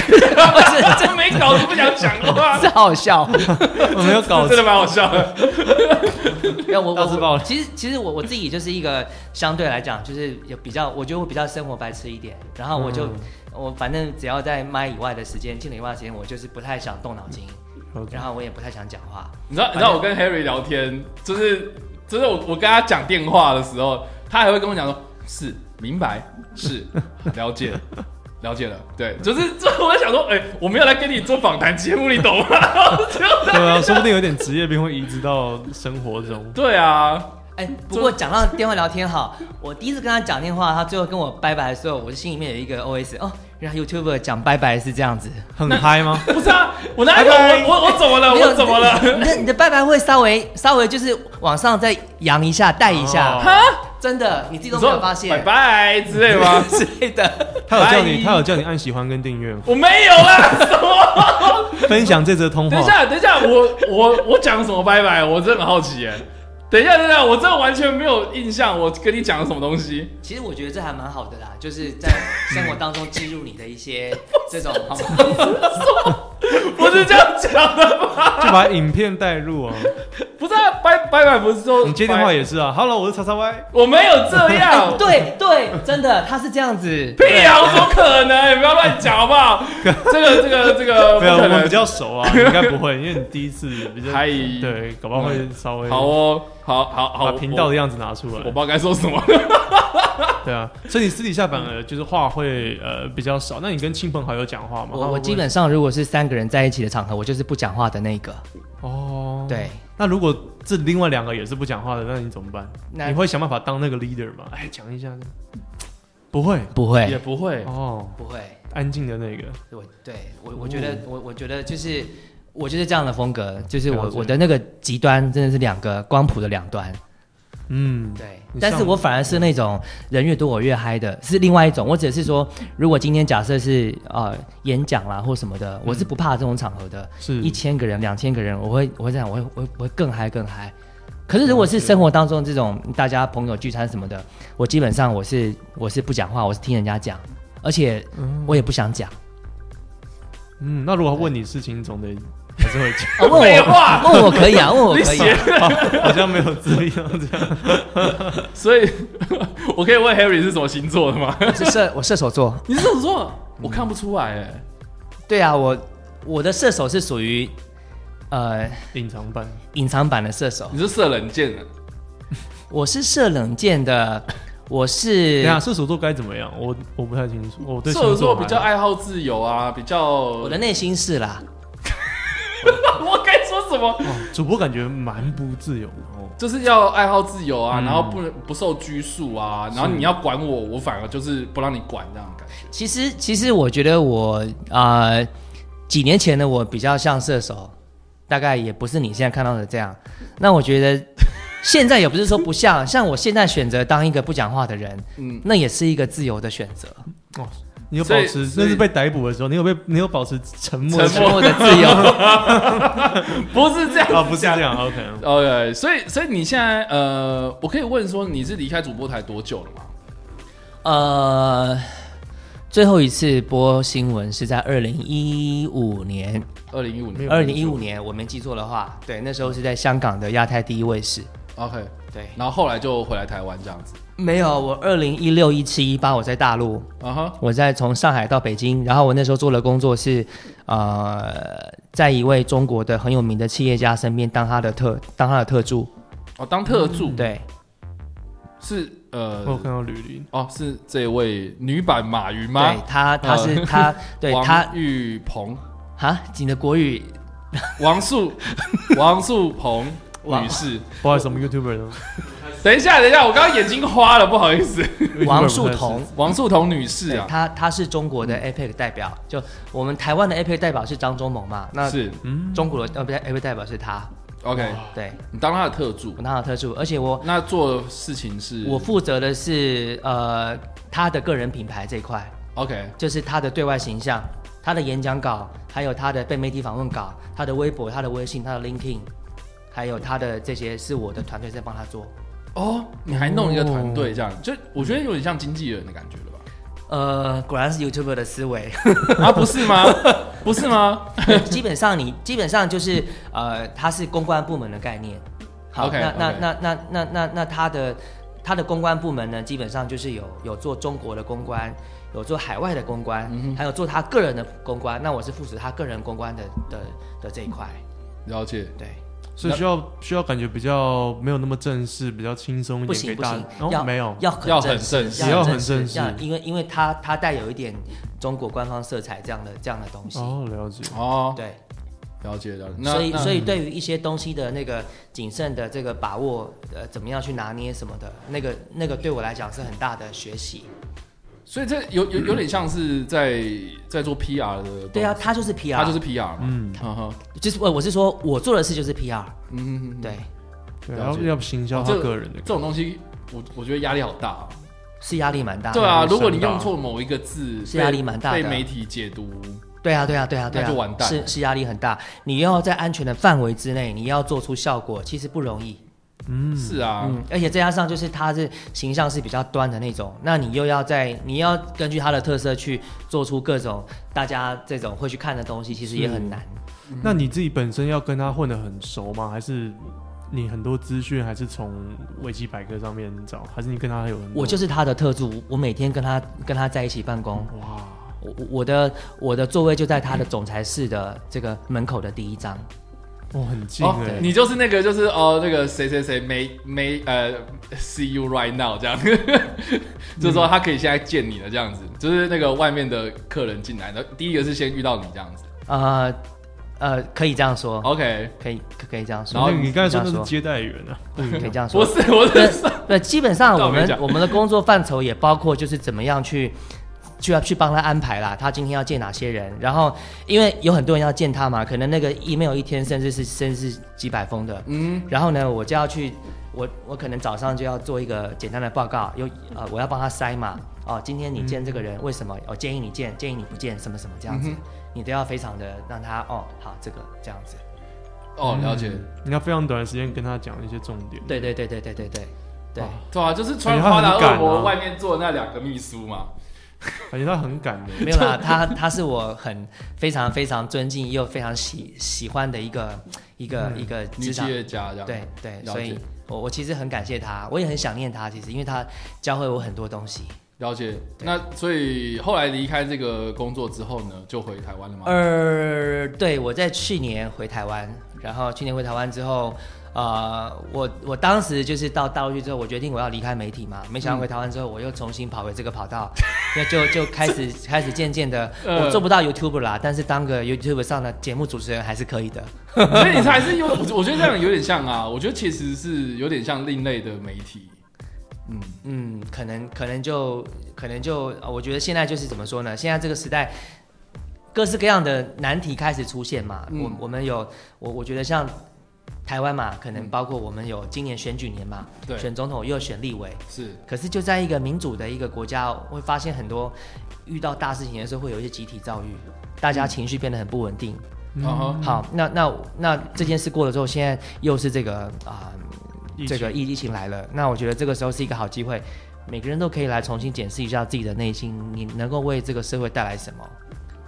F: 是
D: 真没搞，不想讲话
F: 真，是 好笑。
E: 哦、 没有稿
D: 真
E: 子
D: 的，蛮好笑的。
F: 没有我
E: 倒
F: 我
E: 是爆
F: 我
E: 了
F: 其实其实我我自己就是一个相对来讲就是有比较，我觉得我比较生活白痴一点，然后我就、
E: 嗯
F: 我反正只要在麦以外的时间，进了以外的时间，我就是不太想动脑筋，
E: 了解
F: 然后我也不太想讲话。
D: 你知道，你知道我跟 Harry 聊天，就是就是我我跟他讲电话的时候，他还会跟我讲说，是明白， 是了解。了解了，对，就是这，我在想说，哎、我没有来跟你做访谈节目，你懂吗？
E: 对啊，说不定有点职业病会移植到生活中。
D: 对啊，
F: 哎，不过讲到电话聊天哈， 我第一次跟他讲电话，他最后跟我拜拜的时候，我心里面有一个 OS 哦，原来 YouTuber 讲拜拜是这样子。
E: 很嗨吗？
D: 不是啊，我哪有
E: 拜拜
D: 我我我怎么了？
F: 没有
D: 呃我怎么了？
F: 你的你的拜拜会稍微稍微就是往上再扬一下，带一下，
E: 哦
F: 真的你自己
D: 你
F: 都没
D: 说
F: 有发现？
D: 拜拜之类吗
F: 之类的。
E: 他有叫你，
D: 拜
E: 他有叫你按喜欢跟订阅吗，
D: 我没有啦，什么？
E: 分享这则通
D: 等一
E: 话。
D: 下，等一下，我我我讲什么拜拜？我真的很好奇耶。等一下，等一下，我真的完全没有印象，我跟你讲了什么东西？
F: 其实我觉得这还蛮好的啦，就是在生活当中记录你的 一些这种，好
D: 我是这样讲的吗？
E: 就把影片带入哦。
D: 不是啊，拜拜拜不是说
E: 你接电话
D: 拜，
E: 也是啊，Hello，我是叉叉 Y。
D: 我没有这 样。
F: 对对，真的他是这样子。
D: 屁啊！我怎么可能？不要乱讲好不 好？这个这个这个不
E: 没有，
D: 可
E: 我们比
D: 能。
E: 较 熟啊，你应该不会，因为你第一次比较
D: 嗨
E: 对，搞不好会稍微
D: 好哦，好好
E: 把
D: 好，
E: 频道的
D: 我
E: 样子拿出
D: 我不
E: 来
D: 知。道该说什么。
E: 对啊，所以你私底下反
D: 嗯
E: 而就是话会呃比较少。那你跟亲朋好友讲话吗？他
F: 我
E: 会
F: 我
E: 不会
F: 基本上如果是三个人在一起的场合，我就是不讲话的那个。
E: 哦，。
F: 对，
E: 那如果这另外两个也是不讲话的，那你怎么办？
F: 那
E: 你会想办法当那个 leader 吗？哎，讲一下这样。不会
F: 不
D: 也
F: 会
D: 不会，
E: 哦，
F: 不会，
E: 安静的那个。
F: 我对我我觉得
E: 哦
F: 我我觉得就是我就是这样的风格，就是我
E: 了解
F: 我的那个极端真的是两个光谱的两端。
E: 嗯，
F: 对
E: 你，
F: 但是
E: 上
F: 我反而是那种人越多我越嗨的，是另外一种。我只是说，如果今天假设是呃演讲啦或什么的，我是不怕这种场合的。
E: 嗯是
F: 一千个人、两千个人，我会我会这样，我会我会我会更嗨更嗨。可是如果是生活当中这种大家朋友聚餐什么的，我基本上我是我是不讲话，我是听人家讲，而且我也不想讲。
E: 嗯嗯，那如果问你事情，总得 还是会讲，
F: 啊问
D: 废
F: 我
D: 话
F: 问我可以 啊，问我可以、啊。
E: 好像没有资历要这样。
D: 所以我可以问 Harry 是什么星座的吗？
F: 是射我射手座，
D: 你是射手座，我看不出来哎、
F: 对啊，我我的射手是属于呃
E: 隐藏版，
F: 隐藏版的射手，
D: 你是射冷箭的，
F: 我是射冷箭的，我
E: 对
F: 是
E: 啊，射手座该怎么样？我我不太清楚，我对
D: 射
E: 星
D: 手
E: 座
D: 座比较爱好自由啊，比较
F: 我
D: 我
F: 的内心是啦，
D: 我该说什么？
E: 还好。哦主播感觉蛮不自由的哦，
D: 就是要爱好自由啊，
E: 嗯
D: 然后不能不受拘束啊，然后你要管我，我反而就是不让你管这样的感觉。
F: 其实其实我觉得我呃几年前的我比较像射手，大概也不是你现在看到的这样。那我觉 得现在也不是说不像，像我现在选择当一个不讲话的人，
D: 嗯，
F: 那也是一个自由的选择，
E: 你有保
D: 所以
E: 持，
D: 所以
E: 那是被逮捕的时候，你有被你有保持沉默的
D: 沉
E: 时
F: 沉
E: 候
F: 默的自由。
D: 不是这样
E: 啊？不是这样，OK。
D: OK，所以所以你现在呃，我可以问说你是离开主播台多久了吗？
F: 呃，最后一次播新闻是在二零一五年，
D: 二零一五
E: 没
D: 年。
E: 有
F: 二零一五年我没记错的话，对，那时候是在香港的亚太第一卫视。
D: OK，
F: 对，
D: 然后后来就回来台湾这样子。
F: 没有，我二零一六、一七、一八我在大陆，
D: 啊哈，
F: 我在从上海到北京，然后我那时候做的工作是，呃，在一位中国的很有名的企业家身边当他的特当他的特助，
D: 哦，当特助、
F: 嗯对，
D: 是
E: 我有
D: 呃，
E: 看到履历，
D: 哦，是这位女版马云吗
F: 对？他他是、
D: 呃
F: 他对他
D: 王玉鹏、
F: 啊，你的 国语
D: 王素、王素鹏
F: 王
D: 女士。
E: 不好意思，我们 YouTuber 呢？
D: 等一下，等一下，我刚刚眼睛花了，不好意思。
F: 王树桐，
D: 王素彤女士
F: 对，
D: 啊，
F: 他他是嗯中国的 APEC 代表，就我们台湾的 APEC 代表是张忠谋嘛，那
D: 是
E: 嗯，
F: 中国的呃不对 APEC 代表是他，
D: OK，
F: 对，
D: 你当她的特助
F: 我，当他的特助，而且我
D: 那做的事情是
F: 我负责的是呃他的个人品牌这一块，
D: OK
F: 就是他的对外形象、他的演讲稿，还有他的被媒体访问稿、他的微博、他的微信、他的 LinkedIn，还有他的这些是我的团队在帮他做。
D: 哦，你还弄一个团队
F: 哦
D: 这样，就我觉得有点像经纪人的感觉了吧？
F: 呃，果然是 YouTuber 的思维，
D: 啊，不是吗？不是吗？
F: 基本上你基本上就是呃，他是公关部门的概念。好
D: OK，
F: 那那
D: OK
F: 那那那那那他的他的公关部门呢，基本上就是有有做中国的公关，有做海外的公关，
D: 嗯
F: 还有做他个人的公关。那我是负责他个人公关的的的这一块，
D: 了解。
F: 对。
E: 所以需要需要感觉比较没有那么正式，比较轻松一
F: 不
E: 点
F: 行
E: 给
F: 不
E: 大
F: 行
E: 家。，哦，
F: 要
E: 没有，
F: 要很
D: 要
F: 正
D: 很正式
F: 式，
E: 要很
F: 正
E: 正式
F: 要因为因为它它带有一点中国官方色彩这样的这样的东西，
E: 哦，了解。
D: 哦，
F: 对，
D: 了解了解。那
F: 所以
D: 那嗯
F: 所以对于一些东西的那个谨慎的这个把握，呃，怎么样去拿捏什么的，那个那个对我来讲是很大的学习。
D: 所以这有有有点像是在在做 PR 的，
F: 对啊，，他就是 PR，
D: 他就是 PR 嘛，
E: 嗯，
D: 嗯哼，
F: 就是呃我我是说我做的事就是 PR，
D: 嗯哼，
F: 对，
E: 对，
D: 了
E: 要
D: 解
E: 要行销他
D: 这
E: 个人的
D: 这种东西我我觉得压力好大哦。
F: 是压力蛮大的。
D: 对啊，
E: 很
D: 如果你
E: 深
D: 用
E: 吧
D: 错某一个字，
F: 是
D: 被
F: 压力蛮大的
D: 被媒体解读。
F: 对啊，对啊，对啊，对啊，
D: 那就完蛋
F: 是是压力很大。你要在安全的范围之内，你要做出效果，其实不容易。
D: 是啊，
F: 嗯，而且再加上就是他是形象是比较端的那种，那你又要在你要根据他的特色去做出各种大家这种会去看的东西，其实也很难。
E: 那你自己本身要跟他混得很熟吗？还是你很多资讯还是从维基百科上面找？还是你跟他有很多
F: 我就是他的特助，我每天跟他跟他在一起办公，
E: 哇，
F: 我我我的我的座位就在他的总裁室的这个门口的第一张，
E: 哦，很近
D: 哦
E: 哎、，
D: 你就是那个，就是哦，那个谁谁谁没没呃，see you right now 这样，
F: 嗯
D: 就是说他可以现在见你了这样子，就是那个外面的客人进来的，第一个是先遇到你这样子
F: 呃呃，可以这样说，
D: ，OK，
F: 可以可可以这样
E: 然
F: 说，
E: 后你刚才说
F: 可
E: 那
F: 以这
E: 是
F: 样
E: 接待员啊，
F: 可以这样说
D: 不，是我
F: 对
D: 是
F: 对，基本上我
D: 照没
F: 们
D: 讲
F: 我们的工作范畴也包括就是怎么样去。去要去帮他安排啦，他今天要见哪些人，然后因为有很多人要见他嘛，可能那个 email 一天甚至是甚至是几百封的，
D: 嗯，
F: 然后呢，我就要去，我我可能早上就要做一个简单的报告，有呃我要帮他筛嘛，哦，今天你见这个人、为什么？我、哦、建议你见，建议你不见，什么什么这样子，
D: 嗯哼
F: 你都要非常的让他哦好这个这样子，
D: 哦，
F: 嗯
D: 了解，
E: 你要非常短的时间跟他讲一些重点。
F: 对对对对对对对对
E: 哇，
D: 对啊，就是穿
F: 哎
E: 感觉他
D: 花
E: 很
D: 达
E: 赶
D: 恶魔
E: 啊
D: 外面坐的那两个秘书嘛，
E: 感觉到很感人。
F: 没有啦，他他是我很非常非常尊敬又非常喜喜欢的一个一个、一个
D: 女企
F: 职场
D: 业家这样。
F: 对对，
D: 嗯了
F: 所
D: 解
F: 以我我其实很感谢他，我也很想念他，其实因为他教会我很多东西。
D: 了解。那所以后来离开这个工作之后呢，就回台湾了吗？
F: 呃，对，我在去年回台湾，然后去年回台湾之后，呃，我我当时就是到大陆去之后，我决定我要离开媒体嘛，没
D: 嗯
F: 想到回台湾之后，我又重新跑回这个跑道，那就就开始 开始渐渐的，
D: 呃
F: 我做不到 YouTube 啦，但是当个 YouTube 上的节目主持人还是可以的。
D: 所以你还是有，我我觉得这样有点像啊，我觉得其实是有点像另类的媒体。嗯，
F: 嗯，可能可能就可能就，呃我觉得现在就是怎么说呢？现在这个时代，各式各样的难题开始出现嘛。
D: 嗯
F: 我我们有我我觉得像台湾嘛，可能
D: 嗯
F: 包括我们有今年选举年嘛，
D: 对，
F: 选总统又选立委，
D: 是
F: 可是就在一个民主的一个国家，会发现很多遇到大事情的时候会有一些集体遭遇，大家情绪变得很不稳定。
D: 嗯哼
F: 好，那那那这件事过了之后，现在又是这个啊。
E: 疫
F: 这
E: 情
F: 个疫疫情来了，那我觉得这个时候是一个好机会，每个人都可以来重新检视一下自己的内心，你能够为这个社会带来什么？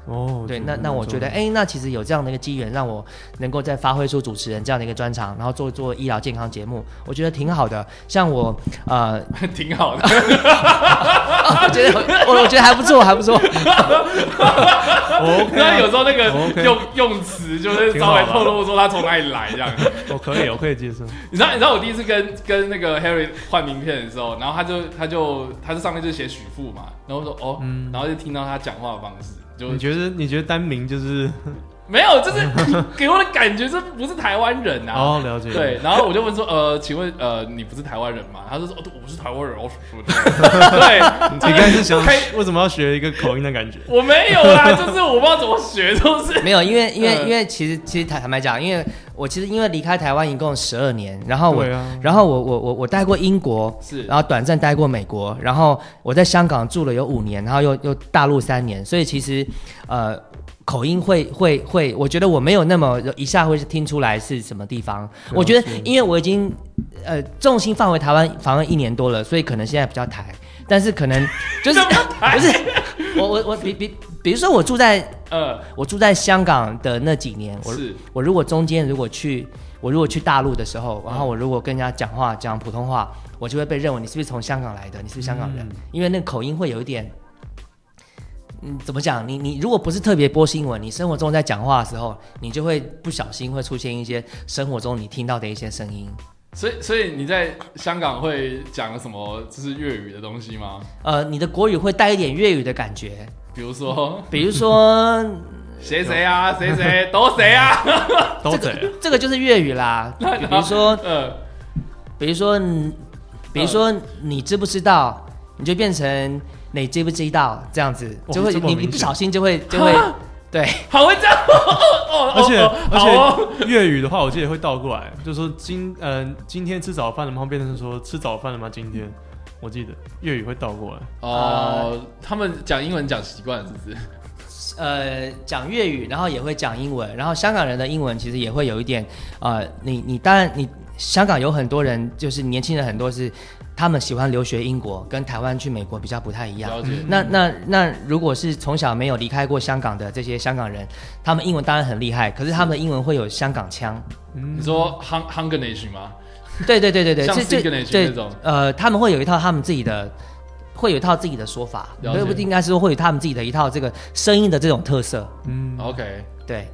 E: 哦，
F: 对，
E: 这
F: 那
E: 个
F: 那我觉得，哎、那其实有这样的一个机缘，让我能够再发挥出主持人这样的一个专长，然后做做医疗健康节目，我觉得挺好的。像我，呃，
D: 挺好的。
F: 我觉得我我觉得还不错，还不错。哎
E: 我 OK，
D: 那
E: 啊
D: 有时候那
E: 我
D: 个
E: OK
D: 用用词就是稍微
E: 挺好的
D: 透露说他从哪里来这样。
E: 我哦可以，我可以接 受。
D: 你知道，你知道我第一次跟跟那个 Harry 换名片的时候，然后他就他就他就上面就写许富嘛，然后我说哦，然后就听到他讲话的方式，就
E: 嗯你觉得你觉得单名就是
D: 没有，就是 给我的感觉是不是台湾人啊？
E: 哦，了解
D: 对，然后我就问说，呃，请问，呃，你不是台湾人吗？他就说，哦，对我不是台湾人，我什么的。 对，
E: 你刚才是想
D: 开
E: 为什么要学一个口音的感觉？
D: 我没有啦，就是我不知道怎么学，就是
F: 没有，因为因为
D: 呃
F: 因为其实其实坦坦白讲，因为我其实因为离开台湾一共十二年，然后我、
E: 对啊
F: 然后我我我我待过英国，
D: 是
F: 然后短暂待过美国，然后我在香港住了有五年，然后又又大陆三年，所以其实呃口音会会会，我觉得我没有那么一下会听出来是什么地方。我觉得因为我已经呃重心放回台湾访问一年多了，所以可能现在比较台，但是可能就是 不是我我我比比比如说我住在
D: 呃，
F: 我住在香港的那几年，我
D: 是
F: 我如果中间如果去，我如果去大陆的时候，然后我如果跟人家讲话讲普通话，我就会被认为你是不是从香港来的，你是不是香港人？因为那个口音会有一点，嗯，怎么讲？你你如果不是特别播新闻，你生活中在讲话的时候，你就会不小心会出现一些生活中你听到的一些声音。
D: 所以所以你在香港会讲什么就是粤语的东西吗？
F: 呃，你的国语会带一点粤语的感觉，
D: 比如 说
F: 比如说
D: 谁谁啊，谁谁都谁 啊，
E: 都
F: 这
E: 得
F: 个这个就是粤语啦，比如说
D: 呃，
F: 比如说，嗯比如说你知不知道，你就变成你知不知道这样子，
E: 哇
F: 就会
E: 这么
F: 你
E: 明
F: 你
E: 显
F: 不小心 就会就会
D: 啊
F: 对
D: 好会讲哦哦，
E: 而且
D: 哦哦好哦
E: 而且粤语的话，我记得会倒过来，就说今嗯、今天吃早饭了吗？变成说吃早饭了吗？今天我记得粤语会倒过来，
D: 哦，他们讲英文讲习惯了是不是？
F: 呃讲粤语，然后也会讲英文，然后香港人的英文其实也会有一点呃，你你当然你香港有很多人就是年轻人很多是他们喜欢留学英国，跟台湾去美国比较不太一样。
D: 了解，
F: 那那那，如果是从小没有离开过香港的这些香港人，他们英文当然很厉害，可是他们的英文会有香港 腔，
E: 嗯
D: 你，说 hung hunger nation 吗？
F: 对对对对对，
D: 像
F: 这
D: Signal
F: 这
D: 那些那种
F: 对，呃，他们会有一套他们自己的，会有一套自己的说法，
D: 了解
F: 不应该是说会有他们自己的一套这个声音的这种特色，
E: 嗯，
D: OK，
F: 对，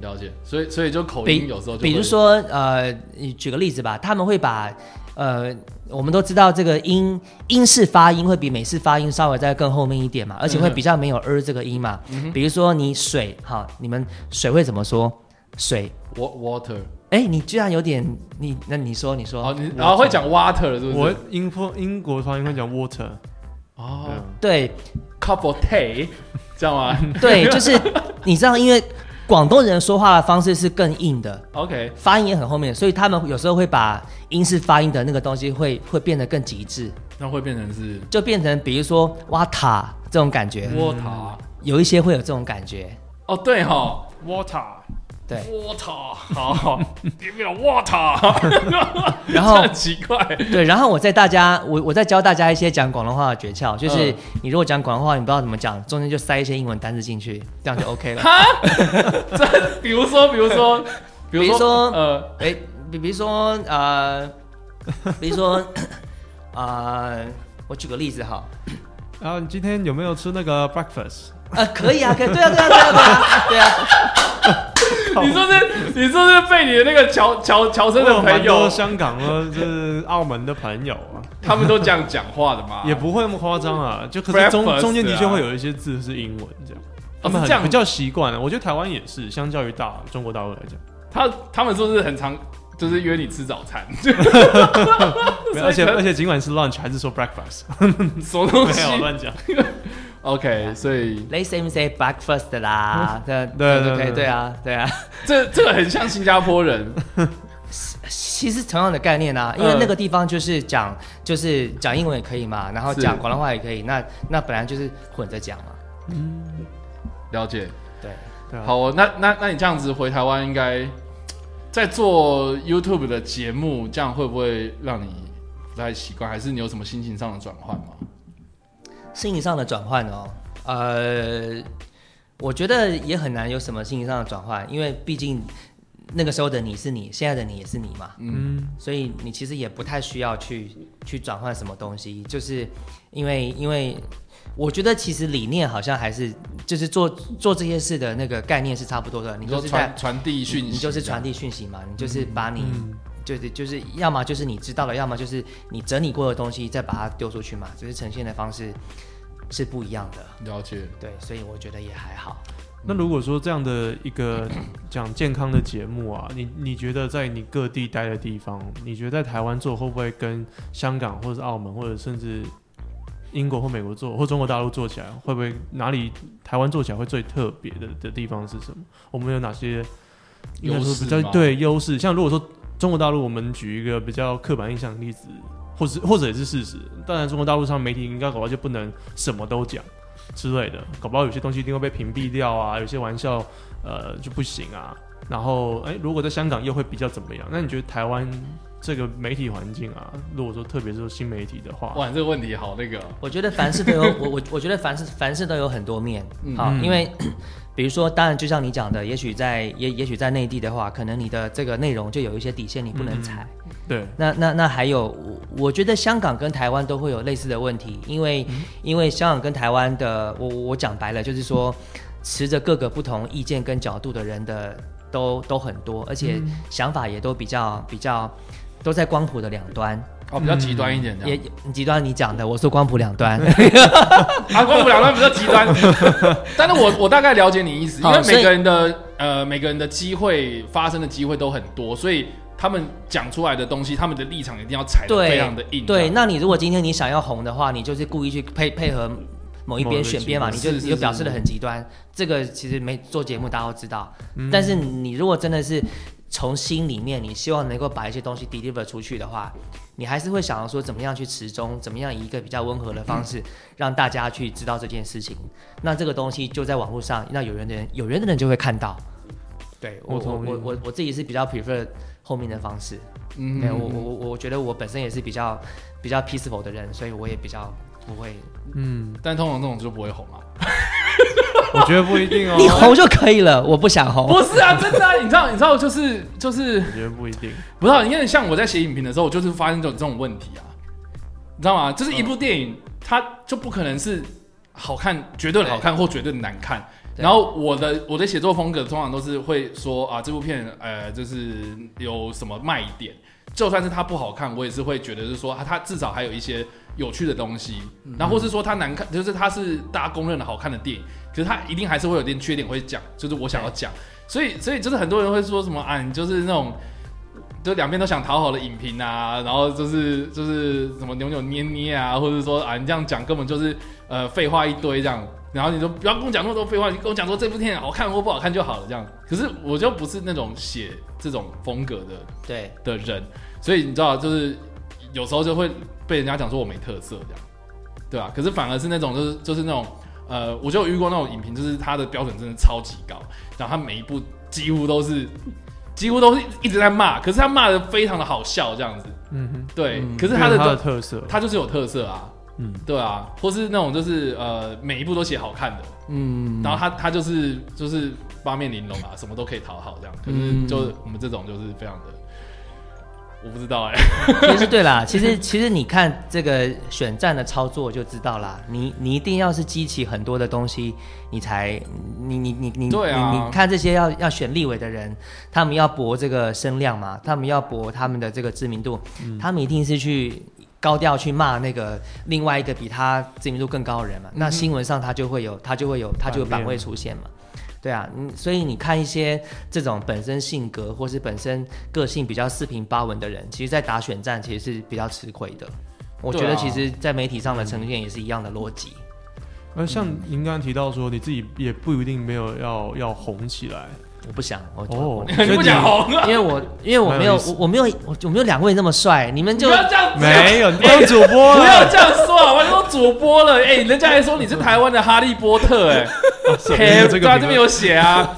D: 了解。所以所以就口
F: 比
D: 音有哦时候就
F: 比如
D: 会
F: 说呃，你举个例子吧，他们会把呃，我们都知道这个英英式发音会比美式发音稍微在更后面一点嘛，而且会比较没有 er 这个音嘛，
D: 嗯
F: 比如说你水哈，你们水会怎么说？水，
D: wa- water，
F: 哎，你居然有点你，那你说你说，
D: 哦你然后会讲 water 了是不
E: 我
D: 是？
E: 英国英国发音会讲 water，
D: 哦
E: 嗯
F: 对，
D: ，cup of tea，这样吗
F: 对， 就是你知道，因为广东人说话的方式是更硬的，
D: ？OK，
F: 发音也很后面，所以他们有时候会把英式发音的那个东西会会变得更极致，
D: 那会变成是
F: 就变成比如说哇塔这种感觉，
D: water。
F: 有一些会有这种感觉。
D: 哦，对哈，
E: water，
F: 对，
D: ，water，好，give me a water，
F: 然后
D: 这很奇怪，
F: 对，然后我在大家，我我在教大家一些讲广东话的诀窍，就是
D: 嗯
F: 你如果讲广东话，你不知道怎么讲，中间就塞一些英文单字进去，这样就 OK 了。
D: 这比如说，比如说，比
F: 比如说
D: 呃，
F: 哎，比比如说呃，比如说 呃，我举个例子哈，
E: 然啊后你今天有没有吃那个 breakfast？
F: 呃，可以啊，可以，对啊，对啊，对啊，对啊，对 啊，
D: 你说是，你说是被你的那个乔乔乔
E: 我
D: 生的
E: 有蛮
D: 朋
E: 多
D: 友，
E: 香港的，就是澳门的朋友 啊，
D: 他们都这样讲话的嘛？
E: 也不会那么夸张啊。就可是中
D: Breakfast 啊哦
E: 中间的确会有一些字是英文这样，他们
D: 是这样
E: 很比较习惯啊了。我觉得台湾也是，相较于大中国大陆来 讲，
D: 他他们是不是很常就是约你吃早餐？
E: 没有而且
D: 可能
E: 而且尽管是 lunch 还是说 breakfast，
D: 什么东西
E: 没有乱讲。
D: ？OK，所以
F: ，They same say breakfast 啦，对
E: 对
F: 对
E: 对
F: 对
E: 对
F: 对啊，对啊，
D: 这这个很像新加坡 人，
F: 其实同样的概念啊，因为
D: 嗯
F: 那个地方就是讲就是讲英文也可以嘛，然后
D: 是
F: 讲广东话也可以，那那本来就是混着讲嘛，
D: 了解。
F: 对。
E: 对啊
D: 好哦，那那那你这样子回台湾，应该在做 YouTube 的节目，这样会不会让你不太习惯？还是你有什么心情上的转换吗？
F: 心理上的转换哦，呃，我觉得也很难有什么心理上的转换，因为毕竟那个时候的你是你，现在的你也是你嘛，
E: 嗯，
F: 所以你其实也不太需要去去转换什么东西，就是因为因为我觉得其实理念好像还是就是做做这些事的那个概念是差不多的，你
D: 你
F: 就
D: 说
F: 是在
D: 传传递讯息，嗯
F: 你就是传
D: 递。
F: 递讯息嘛，你就是把你。就是就是，要么就是你知道了，要么就是你整理过的东西再把它丢出去嘛，只是呈现的方式是不一样的。
D: 了解，
F: 对，所以我觉得也还好。
E: 那如果说这样的一个讲健康的节目啊，你你觉得在你各地待的地方，你觉得在台湾做会不会跟香港或者是澳门或者甚至英国或美国做或中国大陆做起来，会不会哪里台湾做起来会最特别的的地方是什么？我们有哪些应该说比
D: 优势
E: 较
D: 吗
E: 对优势？像如果说中国大陆，我们举一个比较刻板印象的例子，或是或者也是事实。当然，中国大陆上媒体应该搞不好就不能什么都讲之类的，搞不好有些东西一定会被屏蔽掉啊，有些玩笑呃就不行啊。然后，哎、如果在香港又会比较怎么样？那你觉得台湾这个媒体环境啊，如果说特别是说新媒体的话，
D: 哇，这个问题好那个哦，
F: 我觉得凡事都有我我我觉得凡事凡事都有很多面
D: 嗯
F: 好，
E: 嗯
F: 因为 比如说，当然就像你讲的，也许在也也许在内地的话，可能你的这个内容就有一些底线你不能踩。
E: 对，
F: 那那那还有，我我觉得香港跟台湾都会有类似的问题，因为、因为香港跟台湾的，我我我讲白了就是说，持着各个不同意见跟角度的人的都都很多，而且想法也都比较比较都在光谱的两端。
D: 哦，比较极端一点这
F: 也
D: 样。
F: 也极端你讲的，我说光谱两端，
D: 啊，光谱两端比较极端， 但是我我大概了解你意思，因
F: 好
D: 为
F: 所以
D: 每个人的呃每个人的机会发生的机会都很多，所以他们讲出来的东西，他们的立场一定要踩得
F: 对，
D: 非常的硬。啊
F: 对，那你如果今天你想要红的话，你就是故意去配配合某一
E: 某
F: 边
E: 一个
F: 选边嘛，
E: 极
F: 你就是你
D: 是
F: 就是表示的很极端。这个其实没做节目大家都知道，
E: 嗯
F: 但是你如果真的是从心里面，你希望能够把一些东西 deliver 出去的话，你还是会想要说怎么样去持中，怎么样以一个比较温和的方式让大家去知道这件事情。那这个东西就在网络上，那有缘的人有缘的人就会看到。对
E: 我
F: 我我
E: 同意
F: 我我我自己是比较 prefer 后面的方式。
D: 嗯
F: 对我我我我觉得我本身也是比较比较 peaceful 的人，所以我也比较不会。
E: 嗯，
D: 但通常这种就不会红啊。
E: 我觉得不 一定哦，
F: 你红就可以了，我不想红。
D: 不是啊，真的、啊，你知道，你知道，就是就是，
E: 我觉得不一定。
D: 不知道，因为像我在写影评的时候，我就是发现这种这种问题啊，你知道吗？就是一部电影，它就不可能是好看，绝对好看或绝对难看。
F: 对
D: 然后我的我的写作风格通常都是会说啊，这部片呃，就是有什么卖点，就算是它不好看，我也是会觉得是说啊，它至少还有一些有趣的东西。然后或是说它难看，就是它是大家公认的好看的电影，可是它一定还是会有点缺点会讲，就是我想要讲。所以所以就是很多人会说什么啊，你就是那种。就两边都想讨好的影评啊，然后就是就是什么扭扭捏捏啊，或者说啊，你这样讲根本就是呃废话一堆这样，然后你就不要跟我讲那么多废话，你跟我讲说这部电影好看或不好看就好了这样。可是我就不是那种写这种风格的
F: 对
D: 的人，所以你知道，就是啊有时候就会被人家讲说我没特色这样，对吧、可是反而是那种就是就是那种呃，我就有遇过那种影评，就是它的标准真的超级高，然后它每一部几乎都是几乎都是一直在骂，可是他骂的非常的好笑这样子，
E: 嗯哼，
D: 对，
E: 嗯
D: 可是
E: 因为
D: 他
E: 它
D: 的
E: 的特色，
D: 它就是有特色啊，
E: 嗯，
D: 对啊，或是那种就是呃每一部都写好看的，
B: 嗯，
D: 然后他他就是就是八面玲珑啊，什么都可以讨好这样，可是
B: 嗯
D: 就我们这种就是非常的，我不知道哎、
F: 其实对啦， 其实其实你看这个选战的操作就知道啦，你你一定要是激起很多的东西，你才你你你你
D: 对啊
F: 你你看这些要要选立委的人，他们要博这个声量嘛，他们要博他们的这个知名度，
D: 嗯
F: 他们一定是去。高调去骂那个另外一个比他知名度更高的人嘛，
D: 嗯
F: 那新闻上他就会有他就会有他就有
E: 版
F: 版
E: 面
F: 位出现嘛，对啊，嗯，所以你看一些这种本身性格或是本身个性比较四平八稳的人，其实在打选战其实是比较吃亏的。我觉
D: 对啊
F: 得其实，在媒体上的呈现也是一样的逻辑。
E: 而呃像
D: 嗯
E: 您刚刚提到说，你自己也不一定没有要要红起 来
F: 我不想，我
E: 哦
F: 我，
D: 你不讲红啊，
F: 因为我因为我没有
E: 蛮有意思
F: 我我没有我我没有两位那么帅，你们
D: 你
F: 就
D: 不要这样讲。
E: 没有，你当主播
D: 不要
E: 了，
D: 这样说好吧？你都主播了，哎、人家还说你是台湾的哈利波特、哎，
E: 是
D: 嘿
E: 这
D: 对
E: 个
D: 啊，
E: 评论
D: 这边有写 啊。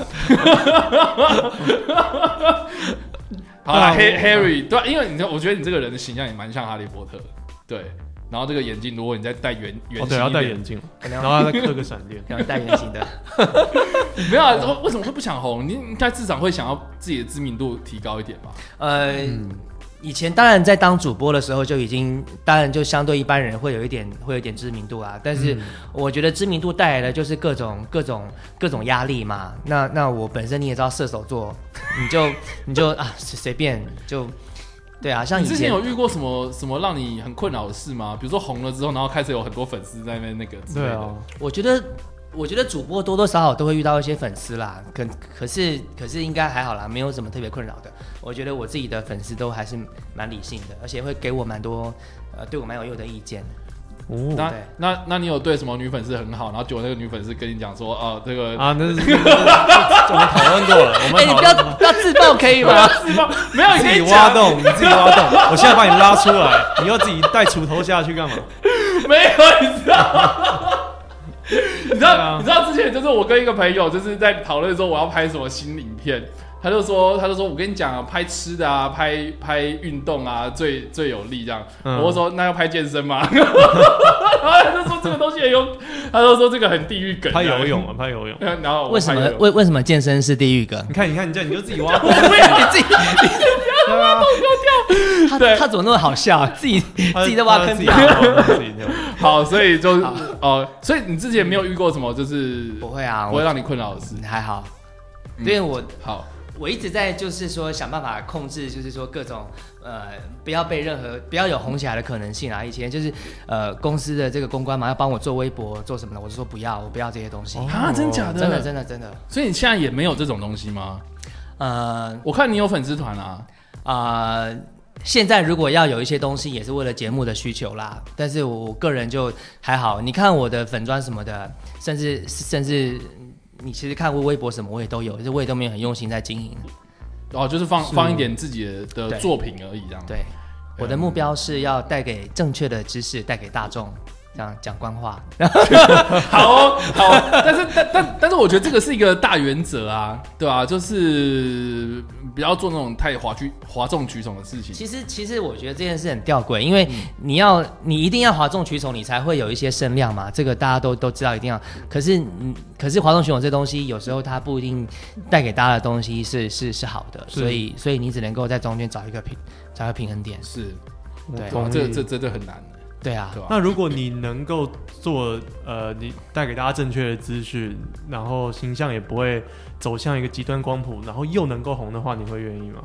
D: 好
E: 啊
D: 啦
E: 我
D: ，Harry，Harry，对、啊，因为你知道，我觉得你这个人的形象也蛮像哈利波特的，对。然后这个眼镜，如果你再戴圆圆
E: 哦，
D: 形
E: 对，要
D: 一
E: 戴
D: 点，
E: 眼镜，
F: 可能
E: 然
F: 要
E: 后再刻个闪 电。
F: 可能要戴圆形的。
D: 没有啊？为为什么会不想红？你应该至少会想要自己的知名度提高一点吧？
F: 呃，以前当然在当主播的时候就已经，当然就相对一般人会有一点会有一点知名度啊。但是我觉得知名度带来的就是各种各种各种压力嘛。那那我本身你也知道射手座，你就 你就啊随随便就对啊，像以
D: 你之前
F: 前
D: 有遇过什么什么让你很困扰的事吗？比如说红了之后，然后开始有很多粉丝在那边那个之类
E: 对
D: 的。
E: 啊，
F: 我觉得。我觉得主播多多少少都会遇到一些粉丝啦，可可是可是应该还好啦，没有什么特别困扰的。我觉得我自己的粉丝都还是蛮理性的，而且会给我蛮多呃对我蛮有用的意见。
E: 哦
D: 那
F: 对
D: 那那你有对什么女粉丝很好，然后结果那个女粉丝跟你讲说，哦、这 个
E: 啊，那是我们讨论过了，我
F: 哎、
E: 们
F: 你
E: 讨
F: 不
E: 论
F: 要不要自爆可以吗？
D: 没有，你
E: 自
D: 可
E: 己
D: 以
E: 挖
D: 讲，
E: 洞，你自己挖洞，我现在把你拉出来，你要自己带锄头下去干嘛？
D: 没有，你知道。 你知道、
E: 对啊
D: 你知道之前就是我跟一个朋友就是在讨论说我要拍什么新影片，他就说他就说我跟你讲啊，拍吃的啊，拍拍运动啊，最最有利这样。
E: 嗯
D: 我就说那要拍健身吗？ 然后他就说这个东西很有，他就说这个很地狱梗。
E: 拍游泳啊，拍游泳。
D: 然后，然后我
F: 为什
D: 拍
F: 么
D: 游泳
F: 为为什么健身是地狱 梗？
E: 你看，你看，你这样你就自己 挖洞，
F: 不要你自己，
E: 对啊，
F: 他
D: 对
F: 他怎么那么好 笑？自己
E: 他
F: 自己在挖坑
E: 自己
F: 跳。
E: 挖洞，自己跳。
D: 好？所以就是哦，所以你之前没有遇过什么就是
F: 不会啊，
D: 不会
F: 我
D: 让你困扰的事。
F: 还好，
D: 嗯
F: 因为我
D: 好，
F: 我一直在就是说想办法控制，就是说各种呃不要被任何不要有红起来的可能性啊。以前就是呃公司的这个公关嘛，要帮我做微博做什么的，我就说不要，我不要这些东西。
D: 啊真假
F: 哦真的真的真的，
D: 所以你现在也没有这种东西吗？
F: 呃
D: 我看你有粉丝团啊，
F: 啊、现在如果要有一些东西，也是为了节目的需求啦。但是我我个人就还好，你看我的粉砖什么的，甚至甚至你其实看过微博什么，我也都有，就是我也都没有很用心在经营。
D: 哦，就是放
E: 是
D: 放一点自己的的
F: 对
D: 作品而已，这样。
F: 对，我的目标是要带给正确的知识，带给大众，这样讲官话。
D: 好哦，好哦，但是但但但是，我觉得这个是一个大原则啊，对啊，就是不要做那种太哗举哗众取宠的事情。
F: 其实，其实我觉得这件事很吊诡，因为
E: 嗯
F: 你要，你一定要哗众取宠，你才会有一些声量嘛。这个大家都都知道，一定要。可是，嗯，可是哗众取宠这东西，有时候它不一定带给大家的东西是是是好的，
E: 是
F: 所以所以你只能够在中间找一个平找一个平衡点。
D: 是，
F: 对
D: 哇
E: 我同
D: 这
E: 意
D: 这真的很难，
F: 对啊，
D: 对吧？
E: 那如果你能够做呃，你带给大家正确的资讯，然后形象也不会走向一个极端光谱，然后又能够红的话，你会愿意吗？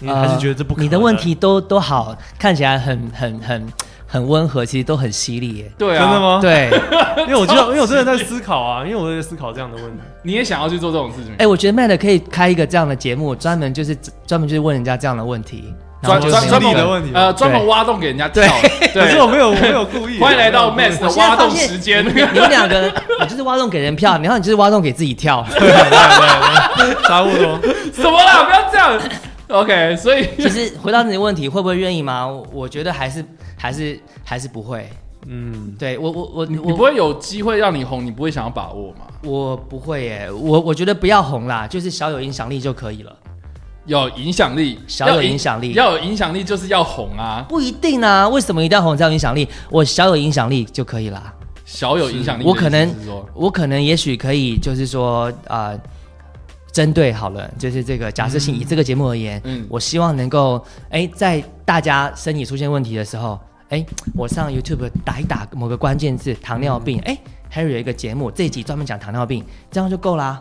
E: 你哎还是觉得这不可能？
F: 呃你的问题都都好，看起来很很很很温和，其实都很犀利耶。
D: 对
E: 真
D: 啊，
E: 的？吗？
F: 对，
E: 因为我知道，因为我真的在思考啊，因为我在思考这样的问题。
D: 你也想要去做这种事情
F: 哎、？我觉得 Matt 可以开一个这样的节目，专门就是专门就是问人家这样的问题，然后
D: 专
F: 就
D: 专
F: 是
D: 专门
E: 心理的问题吗
D: 呃，专门
F: 对
D: 挖洞给人家跳。
E: 可是
D: 对
E: 我，没有，我没有故意。
D: 欢迎来到
E: 我没有
D: Max
E: 故
D: 的
E: 意
D: 挖洞时间。
F: 你们两个，你就是挖洞给人票，然后你就是挖洞给自己跳。
E: 对啊对 对对，差不多。
D: 什么啦？不要这样。OK，所以
F: 其实回到你的问题，会不会愿意吗？我我觉得还是还是还是不会。
E: 嗯，
F: 对我我我
D: 你
F: 我
D: 你不会有机会让你红，你不会想要把握吗？
F: 我不会耶，我我觉得不要红啦，就是小有影响力就可以了，
D: 有影响力，
F: 小有影响力
D: 要有影响力就是要红啊，
F: 不一定啊。为什么一定要红才有影响力？我小有影响力就可以啦。
D: 小有影响力的意思是说。
F: 我可能我可能也许可以，就是说啊，呃针、对好了，就是这个假设性以这个节目而言，
D: 嗯
F: 我希望能够哎、在大家身体出现问题的时候，哎、我上 YouTube 打一打某个关键字糖尿病，哎、Harry 有一个节目，这一集专门讲糖尿病，这样就够啦。